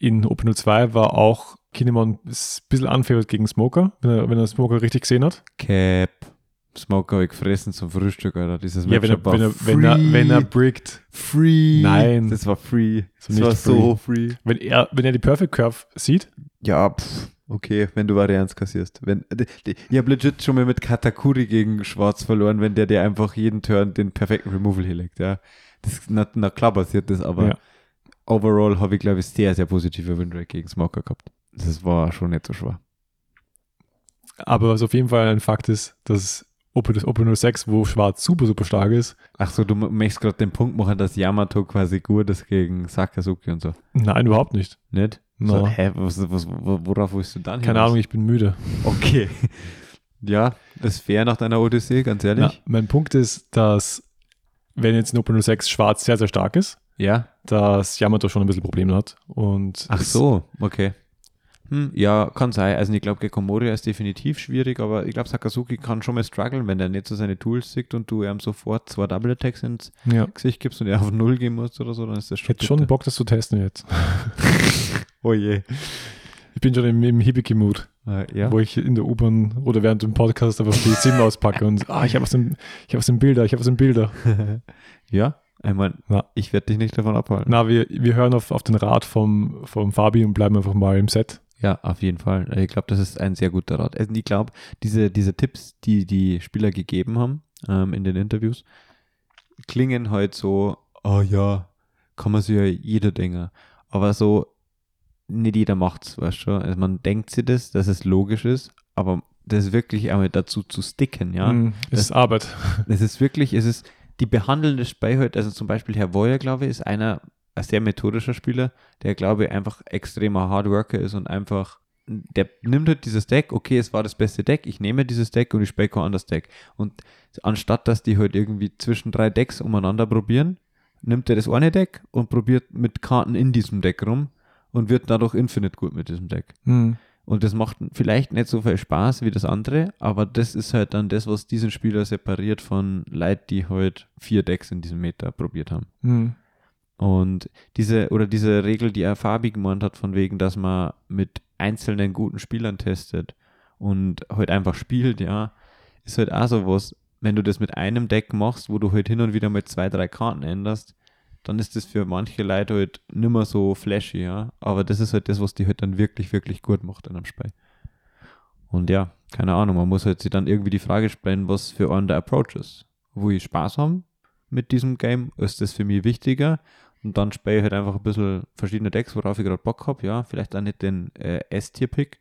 B: in Open 02 war auch Kinemon ein bisschen unfavored gegen Smoker, wenn er, wenn er Smoker richtig gesehen hat.
A: Cap. Smoke habe ich gefressen zum Frühstück, Alter. Dieses
B: Ja, wenn er,
A: Matchup war
B: wenn er, wenn er, wenn er brickt.
A: free.
B: Nein.
A: Das war free.
B: Das war
A: Das war
B: nicht
A: so free.
B: Wenn er, wenn er die Perfect Curve sieht,
A: Ja, pff, okay, wenn du Varianz kassierst. Wenn, d- d- ich habe legit schon mal mit Katakuri gegen Schwarz verloren, wenn der dir einfach jeden Turn den perfekten Removal hinlegt, ja. Das, na, na klar passiert das, aber
B: Ja.
A: overall habe ich, glaube ich, sehr, sehr positive Windrate gegen Smoker gehabt. Das war schon nicht so schwer.
B: aber was auf jeden Fall ein Fakt ist, dass Open, das Open 06, wo Schwarz super, super stark ist,
A: Ach so, du m- möchtest gerade den Punkt machen, dass Yamato quasi gut ist gegen Sakazuki und so.
B: nein, überhaupt nicht.
A: Nicht?
B: Na.
A: So, hä, was, was, wo- worauf willst du dann
B: Keine Ahnung, ich bin müde.
A: Okay. ja, das ist fair nach deiner Odyssee, ganz
B: Na,
A: ehrlich.
B: mein Punkt ist, dass wenn jetzt in Open 06 Schwarz sehr, sehr stark ist,
A: Ja.
B: dass Yamato schon ein bisschen Probleme hat. Und
A: Ach
B: es-
A: so, okay. Hm, ja, kann sein. Also ich glaube, Gekomoria ist definitiv schwierig, aber ich glaube, Sakazuki kann schon mal strugglen, wenn der nicht so seine Tools sieht und du ihm sofort zwei Double Attacks ins
B: Ja.
A: Gesicht gibst und er auf Null gehen musst oder so, dann ist das
B: Ich
A: schon
B: hätte schon
A: bitter.
B: Bock, das zu testen jetzt.
A: Oh je.
B: Ich bin schon im, im Hibiki-Mood.
A: Äh, ja.
B: wo ich in der U-Bahn oder während dem Podcast einfach die SIM auspacke und ah, ich habe was im, ich habe was im Bilder, ich habe was im Bilder.
A: ja, ich mein,
B: Na.
A: ich werde dich nicht davon abhalten.
B: Na, wir, wir hören auf, auf den Rat vom, vom Fabi und bleiben einfach mal im Set.
A: Ja, auf jeden Fall. Äh, Ich glaube, das ist ein sehr guter Rat. Also ich glaube, diese, diese Tipps, die die Spieler gegeben haben ähm, in den Interviews, klingen halt so, oh ja, kann man sich ja jeder denken. Aber so, nicht jeder macht's, weißt du? Also man denkt sich das, dass es logisch ist, aber das wirklich einmal dazu zu sticken, ja.
B: Mm, es ist Arbeit.
A: Es ist wirklich, es ist die behandelnde Spiel halt, also zum Beispiel Herr Woyer, glaube ich, ist einer, ein sehr methodischer Spieler, der, glaube ich, einfach extremer Hardworker ist und einfach der nimmt halt dieses Deck, okay, es war das beste Deck, ich nehme dieses Deck und ich specke an das Deck. Und anstatt, dass die halt irgendwie zwischen drei Decks umeinander probieren, nimmt er das eine Deck und probiert mit Karten in diesem Deck rum und wird dadurch infinite gut mit diesem Deck. Und das macht vielleicht nicht so viel Spaß wie das andere, aber das ist halt dann das, was diesen Spieler separiert von Leuten, die halt vier Decks in diesem Meta probiert haben. Und diese, oder diese Regel, die er Fabi gemeint hat, von wegen, dass man mit einzelnen guten Spielern testet und halt einfach spielt, ja, ist halt auch sowas, wenn du das mit einem Deck machst, wo du halt hin und wieder mit zwei, drei Karten änderst, dann ist das für manche Leute halt nimmer so flashy, ja. Aber das ist halt das, was die halt dann wirklich, wirklich gut macht in einem Spiel. Und ja, keine Ahnung, man muss halt sich dann irgendwie die Frage stellen, was für einen der Approach ist. Wo ich Spaß haben mit diesem Game, ist das für mich wichtiger. Und dann spiele ich halt einfach ein bisschen verschiedene Decks, worauf ich gerade Bock habe, ja. Vielleicht dann nicht den äh, S-Tier-Pick.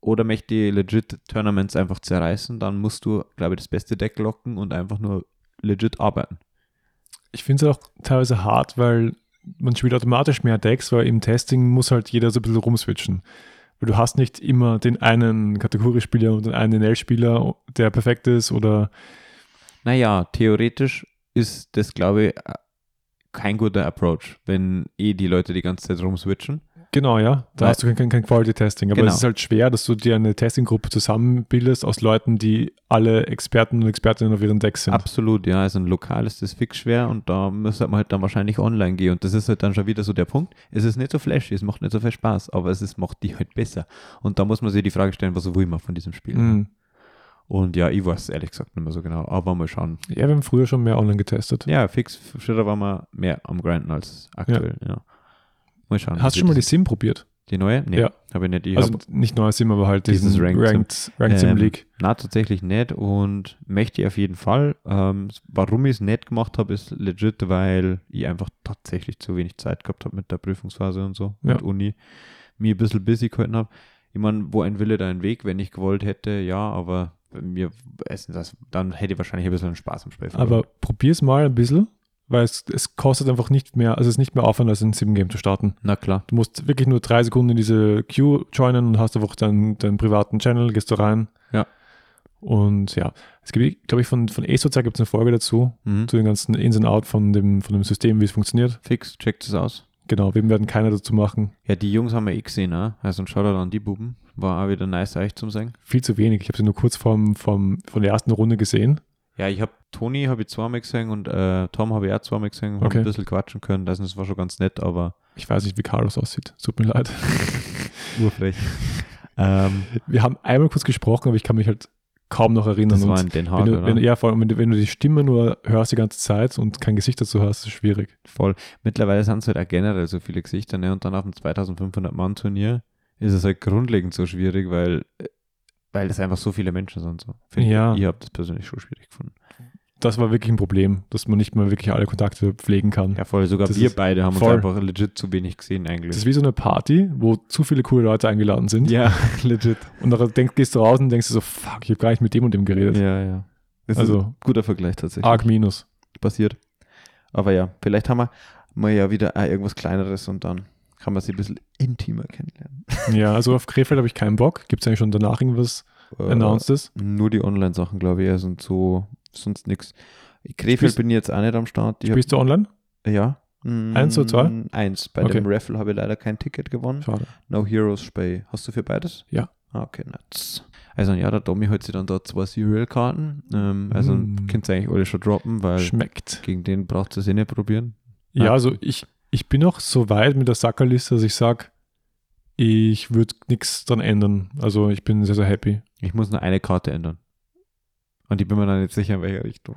A: Oder möchte ich legit Tournaments einfach zerreißen, dann musst du, glaube ich, das beste Deck locken und einfach nur legit arbeiten.
B: Ich finde es auch teilweise hart, weil man spielt automatisch mehr Decks, weil im Testing muss halt jeder so ein bisschen rumswitchen. Weil du hast nicht immer den einen Kategoriespieler und den einen NL-Spieler, der perfekt ist oder
A: Naja, theoretisch ist das, glaube ich, äh, kein guter Approach, wenn eh die Leute die ganze Zeit rumswitchen.
B: genau, ja, da
A: Weil-
B: hast du kein, kein Quality-Testing. Aber
A: Genau.
B: es ist halt schwer, dass du dir eine Testing-Gruppe zusammenbildest aus Leuten, die alle Experten und Expertinnen auf ihren Decks sind.
A: Absolut, ja. Also ein Lokal ist das fix schwer und da müsste man halt dann wahrscheinlich online gehen. Und das ist halt dann schon wieder so der Punkt. Es ist nicht so flashy, es macht nicht so viel Spaß, aber es ist, macht die halt besser. Und da muss man sich die Frage stellen, was will man von diesem Spiel?
B: Mhm.
A: Und ja, ich weiß es ehrlich gesagt nicht mehr so genau, aber mal schauen.
B: Ja, wir haben früher schon mehr online getestet.
A: Ja, fix, früher waren wir mehr am Grinden als aktuell, ja. Mal schauen.
B: Hast
A: wie
B: du schon mal die
A: das-
B: Sim probiert?
A: die neue? Nee,
B: Ja.
A: habe ich nicht. Ich
B: Also
A: hab-
B: nicht neues Sim, aber halt
A: Dieses
B: diesen
A: Ranked
B: Ranked,
A: Sim.
B: Ranked, Sim
A: Ähm,
B: League.
A: Na, tatsächlich nicht und möchte ich auf jeden Fall. Ähm, warum ich es nicht gemacht habe, ist legit, weil ich einfach tatsächlich zu wenig Zeit gehabt habe mit der Prüfungsphase und so
B: Ja.
A: und Uni. Mir ein bisschen busy gehalten habe. Ich meine, wo ein Wille, da ein Weg, wenn ich gewollt hätte, ja, aber bei mir, essen das, dann hätte ich wahrscheinlich ein bisschen Spaß am Spiel. verloren.
B: Aber probier's mal ein bisschen, weil es, es kostet einfach nicht mehr, also es ist nicht mehr Aufwand, als ein Sim-Game zu starten.
A: na klar.
B: Du musst wirklich nur drei Sekunden in diese Queue joinen und hast einfach deinen, deinen privaten Channel, gehst du rein.
A: Ja.
B: Und ja, es gibt, glaube ich, von, von ESOZA gibt es eine Folge dazu,
A: Mhm.
B: zu den ganzen Ins und Out von dem, von dem System, wie es funktioniert.
A: Fix, checkt es aus.
B: Genau, wir werden keiner dazu machen.
A: Ja, die Jungs haben wir eh gesehen, ne? Also ein Shoutout an die Buben. War auch wieder nice, euch zum sagen.
B: Viel zu wenig. Ich habe sie nur kurz vom, vom, von der ersten Runde gesehen.
A: Ja, ich habe Toni habe ich zweimal gesehen und äh, Tom habe ich auch zweimal gesehen, hab
B: Okay.
A: ein bisschen quatschen können. Also das war schon ganz nett, aber
B: Ich weiß nicht, wie Carlos aussieht. Es Tut mir leid.
A: urfrech. ähm,
B: Wir haben einmal kurz gesprochen, aber ich kann mich halt kaum noch erinnern.
A: das war
B: und
A: in Den Haag,
B: wenn du,
A: oder?
B: wenn, ja, vor allem, wenn du, wenn du die Stimme nur hörst die ganze Zeit und kein Gesicht dazu hast, ist es schwierig.
A: Voll. Mittlerweile sind es halt auch generell so viele Gesichter, ne? Und dann auf dem 2500-Mann-Turnier ist es halt grundlegend so schwierig, weil äh, weil es einfach so viele Menschen sind. So. Find
B: Ja.
A: Ich, ich habe das persönlich schon schwierig gefunden.
B: Das war wirklich ein Problem, dass man nicht mehr wirklich alle Kontakte pflegen kann.
A: Ja, voll. Sogar
B: Das
A: wir
B: ist
A: beide haben
B: voll.
A: uns einfach legit zu wenig gesehen
B: Das
A: eigentlich.
B: ist wie so eine Party, wo zu viele coole Leute eingeladen sind.
A: ja, legit.
B: Und dann denk, gehst du raus und denkst dir so, fuck, ich habe gar nicht mit dem und dem geredet.
A: Ja, ja. Das also, ist
B: also,
A: ein guter Vergleich tatsächlich.
B: arg minus.
A: passiert. Aber ja, vielleicht haben wir mal ja wieder auch irgendwas Kleineres und dann kann man sie ein bisschen intimer kennenlernen.
B: ja, also auf Krefeld habe ich keinen Bock. Gibt es eigentlich schon danach irgendwas
A: Äh,
B: Announcedes?
A: Nur die Online-Sachen, glaube ich, sind so, sonst nichts. Krefeld
B: Spielst-
A: bin ich jetzt auch nicht am Start. Ich hab,
B: Spielst du online?
A: ja. Mm,
B: Eins oder zwei?
A: Eins. Bei
B: Okay.
A: dem Raffle habe ich leider kein Ticket gewonnen.
B: Schade.
A: No Heroes Spay. Hast du für beides?
B: Ja.
A: Ah, okay, nuts. Also ja, der Domi hat sich dann da zwei Serial-Karten. Ähm, also
B: Mm.
A: könnt ihr eigentlich alle schon droppen, weil
B: Schmeckt.
A: gegen den braucht ihr es eh nicht probieren.
B: Ja,
A: Ah.
B: also ich, ich bin noch so weit mit der Sackerliste, dass ich sage, ich würde nichts dran ändern. Also ich bin sehr, sehr happy.
A: Ich muss nur eine Karte ändern. Und ich bin mir dann nicht sicher, in welcher Richtung.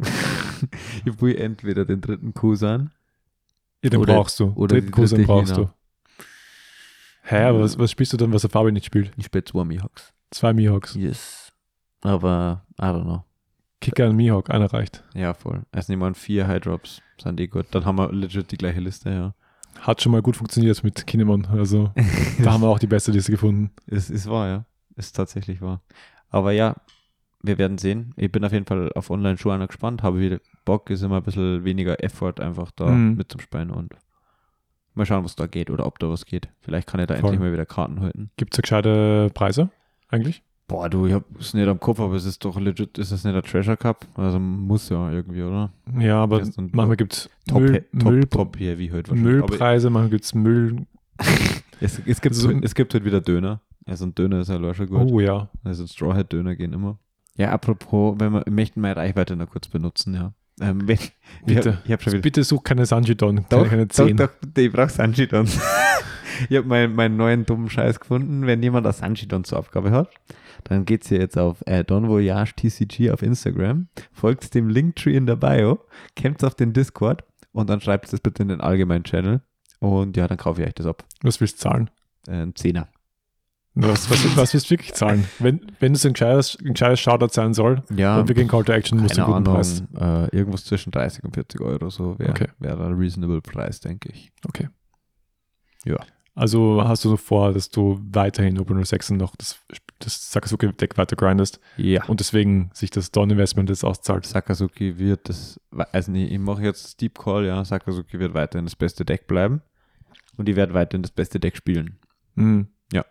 A: ich will entweder den dritten Kusan.
B: Ja, den
A: Oder-
B: brauchst du.
A: oder
B: Dritten
A: die
B: Kurs, den
A: dritte
B: brauchst
A: Hina.
B: du. Hä, aber was, was spielst du dann, was der Fabi nicht spielt?
A: Ich spiele zwei Mihawks.
B: Zwei Mihawks.
A: Yes. Aber, I don't know.
B: Kicker und Mihawk, einer reicht.
A: Ja, voll. Also nehmen wir an, vier High Drops. Sind eh gut. Dann haben wir legit die gleiche Liste, ja.
B: Hat schon mal gut funktioniert mit Kinemon. Also da haben wir auch die beste Liste gefunden.
A: Es ist wahr, ja. Ist tatsächlich wahr. Aber ja, wir werden sehen. Ich bin auf jeden Fall auf Online-Schuhe einer gespannt. Habe wieder Bock, ist immer ein bisschen weniger Effort einfach da
B: Mhm.
A: mitzuspielen und Mal schauen, was da geht oder ob da was geht. Vielleicht kann ich da
B: Voll.
A: endlich mal wieder Karten halten.
B: Gibt es da gescheite Preise eigentlich?
A: Boah, du, ich hab's nicht am Kopf, aber es ist doch legit, ist das nicht der Treasure Cup? Also muss ja irgendwie, oder?
B: Ja, aber
A: Erst und-
B: manchmal gibt es
A: Top,
B: Müll,
A: top,
B: Müll,
A: top hier, wie heute wahrscheinlich. Aber
B: Müllpreise, manchmal gibt es Müll.
A: es, es, gibt,
B: Also So-
A: es gibt heute wieder Döner. Also ein Döner ist ja leider schon gut.
B: Oh ja.
A: Also Straw Hat Döner gehen immer. Ja, apropos, wenn wir wir möchten meine Reichweite noch kurz benutzen, ja. Ähm, wenn, ich
B: Bitte.
A: hab- ich habe schon wieder
B: Bitte such keine Sanjidon,
A: Doch,
B: keine
A: doch,
B: 10.
A: doch, ich brauche Sanchidon. ich habe mein, meinen neuen dummen Scheiß gefunden. Wenn jemand das Sanchidon zur Abgabe hat, dann geht's hier jetzt auf äh, Don Voyage TCG auf Instagram, folgt dem Linktree in der Bio, kämpft auf den Discord und dann schreibt es bitte in den allgemeinen Channel. Und ja, dann kaufe ich euch das ab.
B: Was willst du zahlen?
A: Äh, Ein Zehner.
B: Was, was, was willst du wirklich zahlen? Wenn, wenn es ein gescheites, ein gescheites Shoutout sein soll
A: Ja,
B: und wir gehen Call to Action, musst du
A: keine
B: einen guten
A: Ahnung,
B: Preis.
A: äh, irgendwas zwischen 30 und 40 Euro, so wäre
B: Okay.
A: wär ein reasonable Preis, denke ich.
B: Also hast du so vor, dass du weiterhin Open 6 noch das, das Sakazuki-Deck weiter grindest
A: Ja.
B: und deswegen sich das Dawn-Investment jetzt auszahlt.
A: Sakazuki wird das, also nicht, ich mache jetzt Deep Call, ja, Sakazuki wird weiterhin das beste Deck bleiben und ich werde weiterhin das beste Deck spielen.
B: Mhm.
A: Hm, Ja.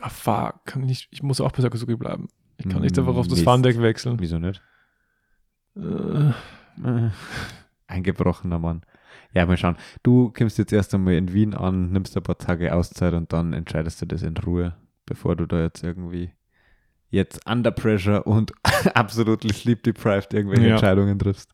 B: Ah, fuck. Kann ich, ich muss auch bei Sakazuki bleiben. Ich kann nicht
A: Mm,
B: einfach auf das
A: Mist.
B: Fun-Deck wechseln.
A: Wieso nicht?
B: Äh,
A: Äh, Eingebrochener Mann. Ja, mal schauen. Du kommst jetzt erst einmal in Wien an, nimmst ein paar Tage Auszeit und dann entscheidest du das in Ruhe, bevor du da jetzt irgendwie jetzt under pressure und absolutely sleep deprived irgendwelche
B: Ja.
A: Entscheidungen triffst.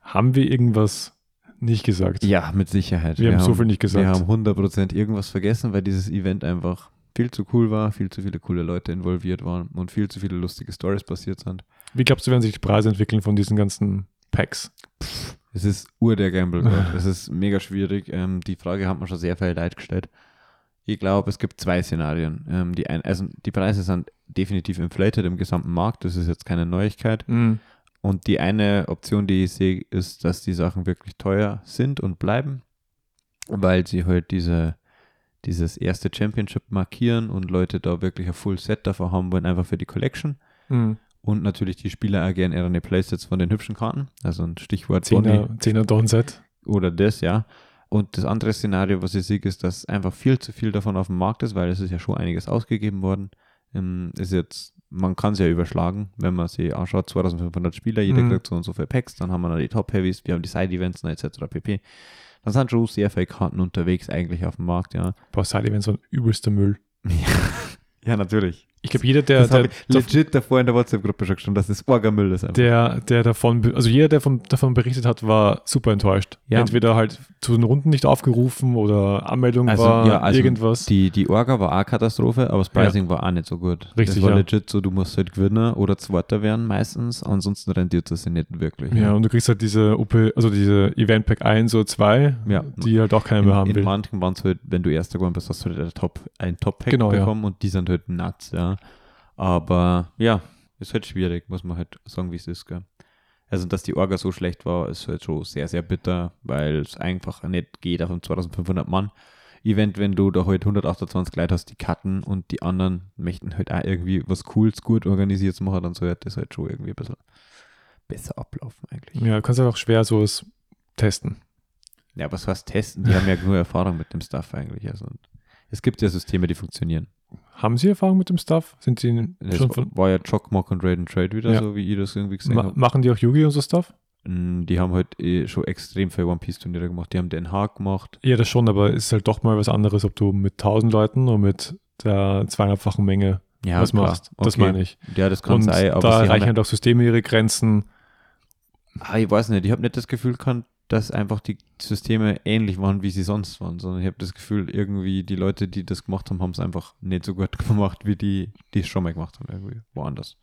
B: haben wir irgendwas nicht gesagt?
A: Ja, mit Sicherheit.
B: Wir, haben so viel nicht gesagt.
A: Wir haben 100% irgendwas vergessen, weil dieses Event einfach viel zu cool war, viel zu viele coole Leute involviert waren und viel zu viele lustige Stories passiert sind.
B: Wie glaubst du, werden sich die Preise entwickeln von diesen ganzen Packs?
A: Es ist ur der Gamble. dort. es ist mega schwierig. Ähm, die Frage hat man schon sehr viel Leid gestellt. Ich glaube, es gibt zwei Szenarien. Ähm, die, ein, also die Preise sind definitiv inflated im gesamten Markt. Das ist jetzt keine Neuigkeit. Und die eine Option, die ich sehe, ist, dass die Sachen wirklich teuer sind und bleiben, weil sie halt diese, dieses erste Championship markieren und Leute da wirklich ein Full Set davon haben wollen, einfach für die Collection.
B: Mhm.
A: Und natürlich die Spieler auch gerne ihre Playsets von den hübschen Karten. Also ein Stichwort Bonnie
B: Zehner, Zehner Downset.
A: oder das, ja. Und das andere Szenario, was ich sehe, ist, dass einfach viel zu viel davon auf dem Markt ist, weil es ist ja schon einiges ausgegeben worden. Ähm, ist jetzt, man kann es ja überschlagen, wenn man sich anschaut, 2500 Spieler, jeder
B: Mhm.
A: kriegt so und so viel Packs, dann haben wir noch die Top-Heavies, wir haben die Side-Events noch etc. pp. Dann sind schon sehr viele Karten unterwegs eigentlich auf dem Markt, ja.
B: Boah, Side-Events waren übelster Müll.
A: Ja, natürlich.
B: Ich glaube, jeder, der,
A: Das
B: der,
A: habe ich legit davor in der WhatsApp-Gruppe schon geschrieben, dass das Orgamüll ist. Einfach.
B: der, der davon, be- also jeder, der von, davon berichtet hat, war super enttäuscht.
A: Ja.
B: Entweder halt zu den Runden nicht aufgerufen oder Anmeldung
A: Also,
B: war
A: ja, also
B: irgendwas.
A: Die, die Orga war auch Katastrophe, aber das Pricing war auch nicht so gut.
B: Richtig,
A: Das war
B: ja.
A: legit so, du musst halt Gewinner oder Zweiter werden meistens, ansonsten rendiert das ja nicht wirklich. ne?
B: ja, und du kriegst halt diese OP, also diese Event Pack 1 oder 2,
A: Ja.
B: die halt auch keiner
A: In,
B: mehr haben
A: in
B: will.
A: manchen waren es halt, wenn du Erster geworden bist, hast du halt ein Top, ein Top-Pack
B: Genau, ja.
A: bekommen und die sind halt nuts, ja. Aber ja, ist halt schwierig, muss man halt sagen, wie es ist, gell. Also, dass die Orga so schlecht war, ist halt schon sehr, sehr bitter, weil es einfach nicht geht auf einem 2500 Mann. Event, wenn du da halt 128 Leute hast, die cutten und die anderen möchten halt auch irgendwie was Cooles, gut organisiertes machen, dann sollte das halt schon irgendwie ein bisschen besser ablaufen eigentlich.
B: Ja, du kannst halt auch schwer sowas testen.
A: Ja, was heißt testen? Die haben ja nur Erfahrung mit dem Stuff eigentlich. Also, und es gibt ja Systeme, die funktionieren.
B: Haben Sie Erfahrung mit dem Stuff? Sind Sie in-
A: Das
B: schon von,
A: war ja Jock, Mock und Raid and Trade wieder,
B: Ja.
A: so wie ich das irgendwie gesehen
B: ma,
A: habe.
B: machen die auch Yugi und so Stuff?
A: Die haben halt eh schon extrem viel One Piece Turniere gemacht. Die haben Den Haag gemacht.
B: Ja, das schon, aber ist halt doch mal was anderes, ob du mit 1000 Leuten oder mit der zweieinhalbfachen Menge
A: Ja,
B: was
A: klar.
B: machst. Das
A: Okay.
B: meine ich.
A: Ja, das kann
B: und
A: sein, aber
B: da
A: sie haben
B: erreichen
A: ja,
B: halt auch Systeme ihre Grenzen.
A: ah, ich weiß nicht, ich habe nicht das Gefühl gehabt, dass einfach die Systeme ähnlich waren, wie sie sonst waren, sondern ich habe das Gefühl, irgendwie die Leute, die das gemacht haben, haben es einfach nicht so gut gemacht, wie die, die es schon mal gemacht haben, irgendwie woanders.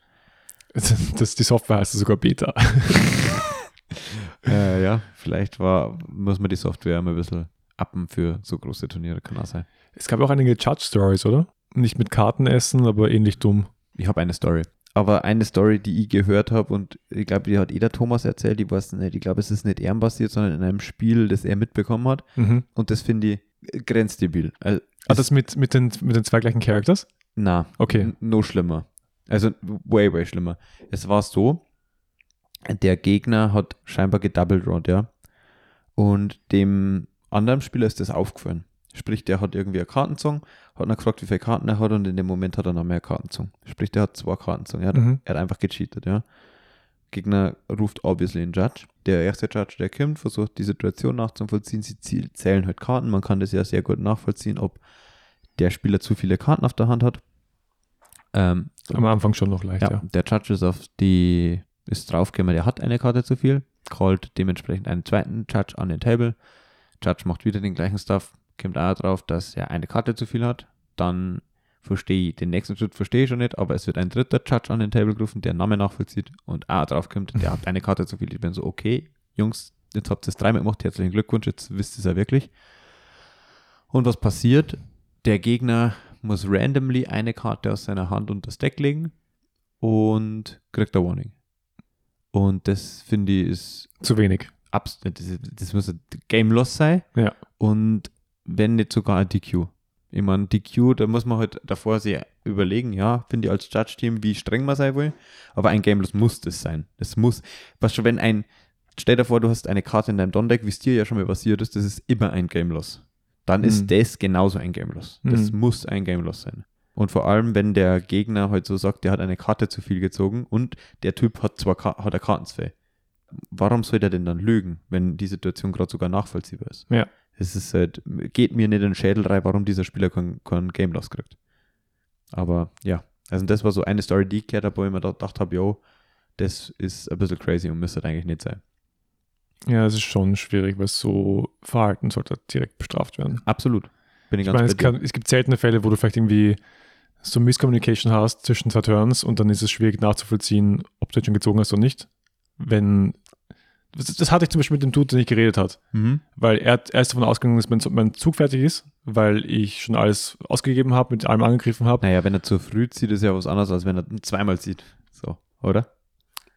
B: Das, die Software heißt ja sogar Beta.
A: äh, ja, vielleicht war, muss man die Software mal ein bisschen appen für so große Turniere, kann auch sein.
B: Es gab auch einige Judge-Stories, oder? Nicht mit Karten essen, aber ähnlich dumm.
A: Ich habe eine Story. Aber eine Story, die ich gehört habe und ich glaube, die hat eh der Thomas erzählt, die weiß nicht, ich glaube, es ist nicht ehrenbasiert, sondern in einem Spiel, das er mitbekommen hat. Und das finde ich äh, grenzdebil. Also,
B: Ah, Mhm. das mit, mit, den, mit den zwei gleichen Characters?
A: na,
B: Okay.
A: N- No schlimmer. Also way, way schlimmer. Es war so, der Gegner hat scheinbar gedoubled round, ja. Und dem anderem Spieler ist das aufgefallen. Sprich, der hat irgendwie eine Karten gezogen, hat dann gefragt, wie viele Karten er hat und in dem Moment hat er noch mehr Karten gezogen. Sprich, der hat zwei Karten gezogen. Er hat,
B: Mhm.
A: er hat einfach gecheatet, ja. Gegner ruft obviously einen Judge. Der erste Judge, der kommt, versucht die Situation nachzuvollziehen. Sie ziel- zählen halt Karten. Man kann das ja sehr gut nachvollziehen, ob der Spieler zu viele Karten auf der Hand hat. Ähm,
B: Am Anfang schon noch leicht,
A: ja,
B: ja.
A: Der Judge ist auf die, ist draufgekommen, der hat eine Karte zu viel, callt dementsprechend einen zweiten Judge an den Table. Judge macht wieder den gleichen Stuff, kommt auch drauf, dass er eine Karte zu viel hat. Dann verstehe ich, den nächsten Schritt verstehe ich schon nicht, aber es wird ein dritter Judge an den Table gerufen, der Name nachvollzieht und auch draufkommt, der hat eine Karte zu viel. Ich bin so, okay, Jungs, jetzt habt ihr es dreimal gemacht, herzlichen Glückwunsch, jetzt wisst ihr es ja wirklich. Und was passiert? Der Gegner muss randomly eine Karte aus seiner Hand unter das Deck legen und kriegt ein Warning. Und das finde ich ist
B: Zu wenig.
A: abs das, das muss ein Game Loss sein.
B: Ja.
A: Und wenn nicht sogar ein DQ. Ich meine, DQ, da muss man halt davor sich überlegen, ja, finde ich als Judge-Team, wie streng man sein will. Aber ein Game Loss muss das sein. Es muss. Was schon, wenn ein, stell dir vor, du hast eine Karte in deinem Don-Deck, wie es dir ja schon mal passiert ist, das ist immer ein Game Loss. Dann
B: Mhm.
A: ist das genauso ein Game Loss. Das
B: Mhm.
A: muss ein Game Loss sein. Und vor allem, wenn der Gegner halt so sagt, der hat eine Karte zu viel gezogen und der Typ hat zwar Ka hat eine Kartenzwei. Warum soll der denn dann lügen, wenn die Situation gerade sogar nachvollziehbar ist?
B: Ja.
A: Es ist halt, geht mir nicht in den Schädel rein, warum dieser Spieler kein, kein Game Loss kriegt. Aber ja, also das war so eine Story, die ich gehört habe, wo ich mir da gedacht habe, yo, das ist ein bisschen crazy und müsste eigentlich nicht sein.
B: Ja, es ist schon schwierig, weil so Verhalten sollte direkt bestraft werden.
A: Absolut. Bin ich,
B: Ich
A: ganz
B: meine, es,
A: bei dir.
B: kann, es gibt seltene Fälle, wo du vielleicht irgendwie so Misscommunication hast zwischen zwei Turns und dann ist es schwierig nachzuvollziehen, ob du jetzt schon gezogen hast oder nicht.
A: Mhm.
B: Wenn. Das, das hatte ich zum Beispiel mit dem Dude, der nicht geredet hat.
A: Mhm.
B: Weil er, hat- er ist davon ausgegangen, dass mein, mein Zug fertig ist, weil ich schon alles ausgegeben habe, mit allem angegriffen habe.
A: Naja, wenn er zu früh zieht, ist ja was anderes, als wenn er zweimal zieht. So, oder?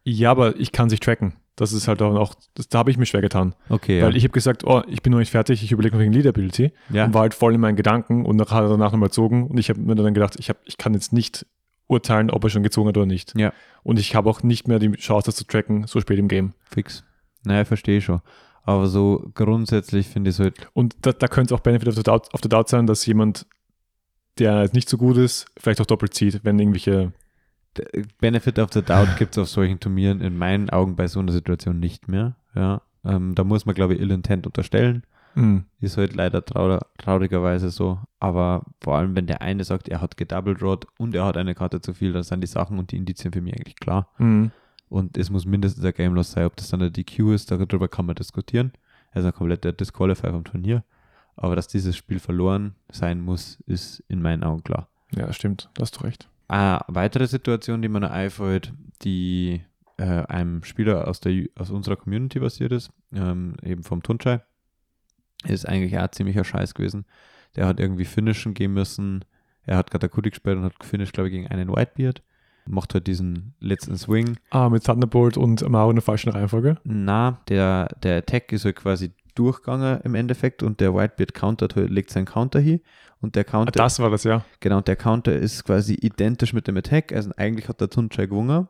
B: Ja, aber ich kann sich tracken. Das ist halt auch, auch das, da habe ich mir schwer getan.
A: Okay, ja.
B: Weil ich habe gesagt, oh, ich bin noch nicht fertig, ich überlege noch wegen Leadability
A: ja.
B: und war halt voll in meinen Gedanken und nach, hat er danach nochmal gezogen und ich habe mir dann gedacht, ich, hab, ich kann jetzt nicht urteilen, ob er schon gezogen hat oder nicht.
A: Ja.
B: Und ich habe auch nicht mehr die Chance, das zu tracken, so spät im Game.
A: Fix. Naja, verstehe ich schon. Aber so grundsätzlich finde ich es halt,
B: Und da, da könnte es auch Benefit of the, doubt, of the Doubt sein, dass jemand, der jetzt nicht so gut ist, vielleicht auch doppelt zieht, wenn irgendwelche.
A: d- Benefit of the Doubt gibt es auf solchen Turnieren in meinen Augen bei so einer Situation nicht mehr. Ja, ähm, da muss man, glaube ich, Ill Intent unterstellen.
B: Hm,
A: Ist halt leider trau- traurigerweise so. Aber vor allem, wenn der eine sagt, er hat gedoubled rot und er hat eine Karte zu viel, dann sind die Sachen und die Indizien für mich eigentlich klar.
B: hm,
A: Und es muss mindestens ein Game Loss sein. Ob das dann der DQ ist, darüber kann man diskutieren. Er ist ein kompletter Disqualify vom Turnier. Aber dass dieses Spiel verloren sein muss, ist in meinen Augen klar.
B: ja, stimmt, da hast du recht.
A: Eine weitere Situation, die mir noch einfällt, die äh, einem Spieler aus, der, aus unserer Community passiert ist, ähm, eben vom Tunchai, ist eigentlich auch ziemlicher Scheiß gewesen. Der hat irgendwie finishen gehen müssen. Er hat Katakuri gespielt und hat gefinisht, glaube ich, gegen einen Whitebeard. Macht halt diesen letzten Swing.
B: Ah, mit Thunderbolt und Amaro in der falschen Reihenfolge.
A: Na, der, der Attack ist halt quasi durchgegangen im Endeffekt und der Whitebeard countert, halt- legt seinen Counter hier und der
B: Ah,
A: Counter
B: das war das, ja.
A: Genau, und der Counter ist quasi identisch mit dem Attack. Also eigentlich hat der Tunchai gewonnen.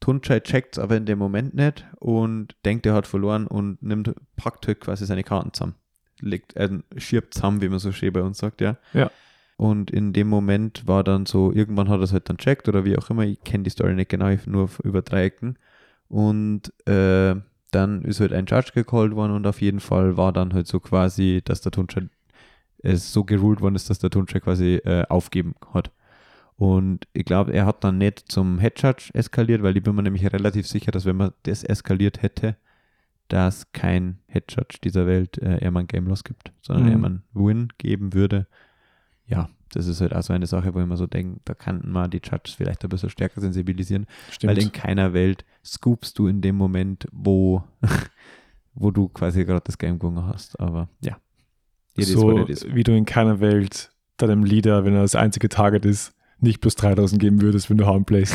A: Tunchai checkt es aber in dem Moment nicht und denkt, er hat verloren und nimmt, packt halt quasi seine Karten zusammen. Legt, äh, schirbt zusammen, wie man so schön bei uns sagt, ja.
B: Ja.
A: Und in dem Moment war dann so, irgendwann hat er es halt dann checkt oder wie auch immer. Ich kenne die Story nicht genau, ich nur auf- über drei Ecken. Und äh, dann ist halt ein Judge gecallt worden und auf jeden Fall war dann halt so quasi, dass der Tunchai es so geruled worden ist, dass der Tunchai quasi äh, aufgeben hat. Und ich glaube, er hat dann nicht zum Head Judge eskaliert, weil ich bin mir nämlich relativ sicher, dass wenn man das eskaliert hätte, dass kein Head Judge dieser Welt äh, eher mal ein Game Loss gibt, sondern
B: Mhm.
A: eher mal einen Win geben würde. Ja, das ist halt auch so eine Sache, wo ich mir so denke, da könnten mal die Judges vielleicht ein bisschen stärker sensibilisieren.
B: Stimmt.
A: Weil in keiner Welt scoopst du in dem Moment, wo, wo du quasi gerade das Game gewonnen hast. Aber ja. It is
B: so
A: what it is.
B: wie du in keiner Welt deinem Leader, wenn er das einzige Target ist, nicht plus 3000 geben würdest, wenn du Harm playst.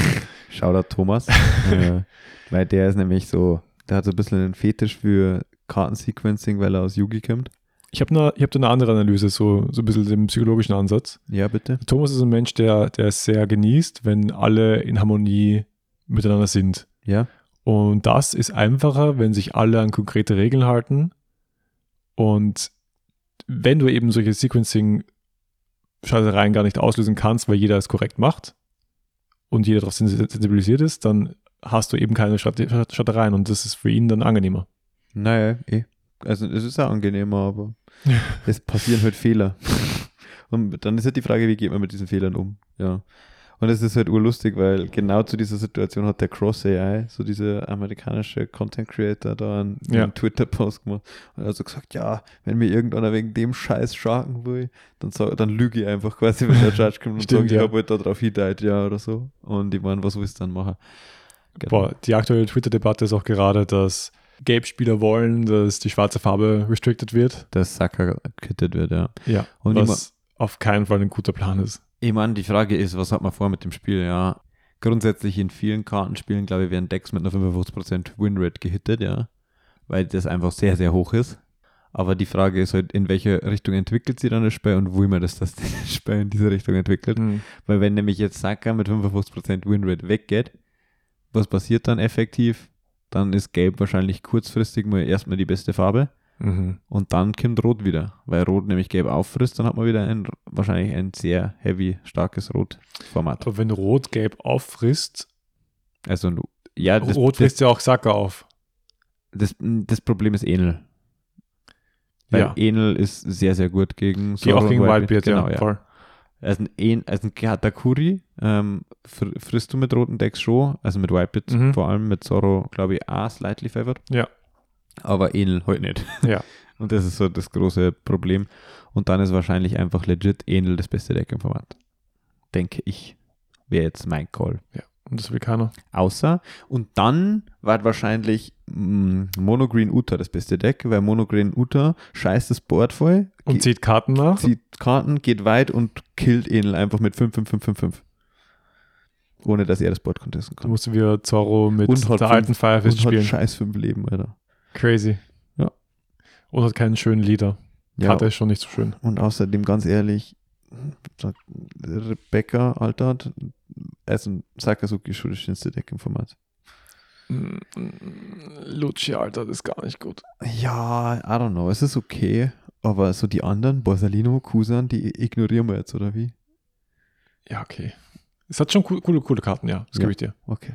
A: Shoutout Thomas. äh, weil der ist nämlich so, der hat so ein bisschen einen Fetisch für Kartensequencing, weil er aus Yugi kommt.
B: Ich habe ne, ich hab da eine andere Analyse, so, so ein bisschen den psychologischen Ansatz.
A: Ja, bitte.
B: Thomas ist ein Mensch, der, der es sehr genießt, wenn alle in Harmonie miteinander sind.
A: Ja.
B: Und das ist einfacher, wenn sich alle an konkrete Regeln halten und wenn du eben solche Sequencing-Schaltereien gar nicht auslösen kannst, weil jeder es korrekt macht und jeder darauf sens- sensibilisiert ist, dann hast du eben keine Schalt- Schalt- Schaltereien und das ist für ihn dann angenehmer.
A: Naja, eh. Also es ist ja angenehmer, aber es passieren halt Fehler. Und dann ist halt die Frage, wie geht man mit diesen Fehlern um? Ja. Und es ist halt urlustig, weil genau zu dieser Situation hat der Cross AI, so dieser amerikanische Content Creator, da einen,
B: Ja.
A: einen Twitter-Post gemacht und er hat so gesagt, ja, wenn mir irgendeiner wegen dem Scheiß schlagen will, dann, sag, dann lüge ich einfach quasi, wenn der Judge kommt und
B: Stimmt,
A: sagt, ich
B: ja.
A: habe halt darauf hindeutet, ja, oder so. Und ich meine, was willst du dann machen? Genau.
B: Boah, die aktuelle Twitter-Debatte ist auch gerade, dass Gelbspieler wollen, dass die schwarze Farbe restricted wird.
A: Dass Sacker gekittet wird, ja.
B: Ja,
A: Und ich
B: was auf keinen Fall ein guter Plan ist.
A: Ich meine, die Frage ist, was hat man vor mit dem Spiel? Ja, grundsätzlich in vielen Kartenspielen, glaube ich, werden Decks mit einer 55% Winrate gehittet, ja, weil das einfach sehr, sehr hoch ist. Aber die Frage ist halt, in welche Richtung entwickelt sie dann das Spiel und will man das, dass das Spiel in diese Richtung entwickelt? Weil wenn nämlich jetzt Saka mit 55% Winrate weggeht, was passiert dann effektiv? Dann ist Gelb wahrscheinlich kurzfristig mal erstmal die beste Farbe.
B: Mhm.
A: Und dann kommt Rot wieder, weil Rot nämlich gelb auffrisst, dann hat man wieder ein, wahrscheinlich ein sehr heavy, starkes Rot-Format.
B: Aber wenn Rot-Gelb auffrisst,
A: Also, ja, das,
B: Rot
A: das,
B: frisst ja auch Saka auf.
A: das, das Problem ist Enel. Weil
B: Ja.
A: Enel ist sehr, sehr gut gegen
B: Geh auch
A: Sauron
B: gegen Wildbeard,
A: Genau,
B: ja.
A: ja.
B: Voll.
A: Also, ein, also ein Katakuri ähm, fr frisst du mit roten Decks schon, also mit Whitebeard
B: Mhm.
A: vor allem, mit Zoro, glaube ich, auch slightly favored.
B: Ja.
A: Aber Enel halt nicht.
B: Ja.
A: Und das ist so das große Problem. Und dann ist wahrscheinlich einfach legit Enel das beste Deck im Format. Denke ich. Wäre jetzt mein Call.
B: Und das will keiner.
A: Außer, und dann war wahrscheinlich mm, Monogreen Uta das beste Deck, weil Monogreen Uta scheißt das Board voll,
B: Und zieht Karten nach.
A: zieht Karten, geht weit und killt Enel einfach mit 5, 5, 5, 5, 5. Ohne dass er das Board contesten
B: Da
A: kann.
B: mussten wir Zorro mit
A: Und hat
B: der
A: fünf-
B: alten Firefist
A: Und hat
B: spielen.
A: scheiß 5 Leben, Alter.
B: Crazy.
A: Ja.
B: Und hat keinen schönen Leader.
A: Ja,
B: Karte ist schon nicht so schön.
A: und außerdem ganz ehrlich, sagt Rebecca altert, also Sakazuki ist schon das schönste Deck im Format. Mm,
B: Lucci, Alter, das ist gar nicht gut.
A: Ja, I don't know, es ist okay, aber so die anderen, Borsalino, Kusan, die ignorieren wir jetzt, oder wie?
B: Ja, okay. Es hat schon coo- coole, coole Karten, ja. Das
A: Ja.
B: gebe ich dir.
A: Okay.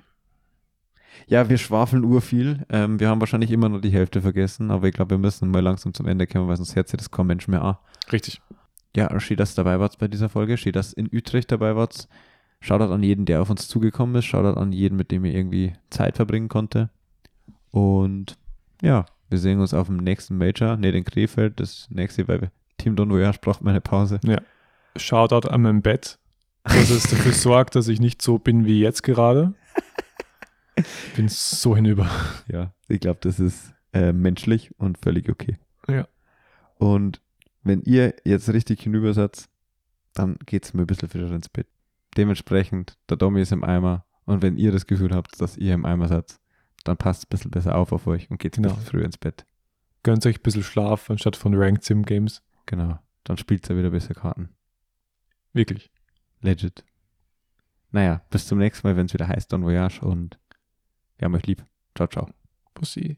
A: Ja, wir schwafeln urviel. Ähm, wir haben wahrscheinlich immer noch die Hälfte vergessen, aber ich glaube, wir müssen mal langsam zum Ende kommen, weil sonst hört sich das kaum Mensch mehr an.
B: Richtig.
A: Ja, schön, dass ihr dabei wart bei dieser Folge. Schön, dass ihr in Utrecht dabei wart. Shoutout an jeden, der auf uns zugekommen ist. Shoutout an jeden, mit dem ihr irgendwie Zeit verbringen konnte. Und ja, wir sehen uns auf dem nächsten Major. Ne, den Krefeld. Das nächste, weil wir- Team Don Voyage braucht meine Pause.
B: Shoutout an mein Bett, dass es dafür sorgt, dass ich nicht so bin wie jetzt gerade. Ich bin so hinüber.
A: Ja, ich glaube, das ist äh, menschlich und völlig okay.
B: Ja.
A: Und wenn ihr jetzt richtig hinüber seid, dann geht's mir ein bisschen wieder ins Bett. Dementsprechend, der Domi ist im Eimer. Und wenn ihr das Gefühl habt, dass ihr im Eimer seid, dann passt ein bisschen besser auf auf euch und geht ein
B: Genau.
A: bisschen früher ins Bett.
B: Gönnt euch ein bisschen Schlaf anstatt von Ranked Sim Games.
A: Genau. Dann spielt ihr wieder besser Karten.
B: Wirklich.
A: Legit. Naja, bis zum nächsten Mal, wenn es wieder heißt Don Voyage und wir haben euch lieb. Ciao, ciao.
B: Pussy.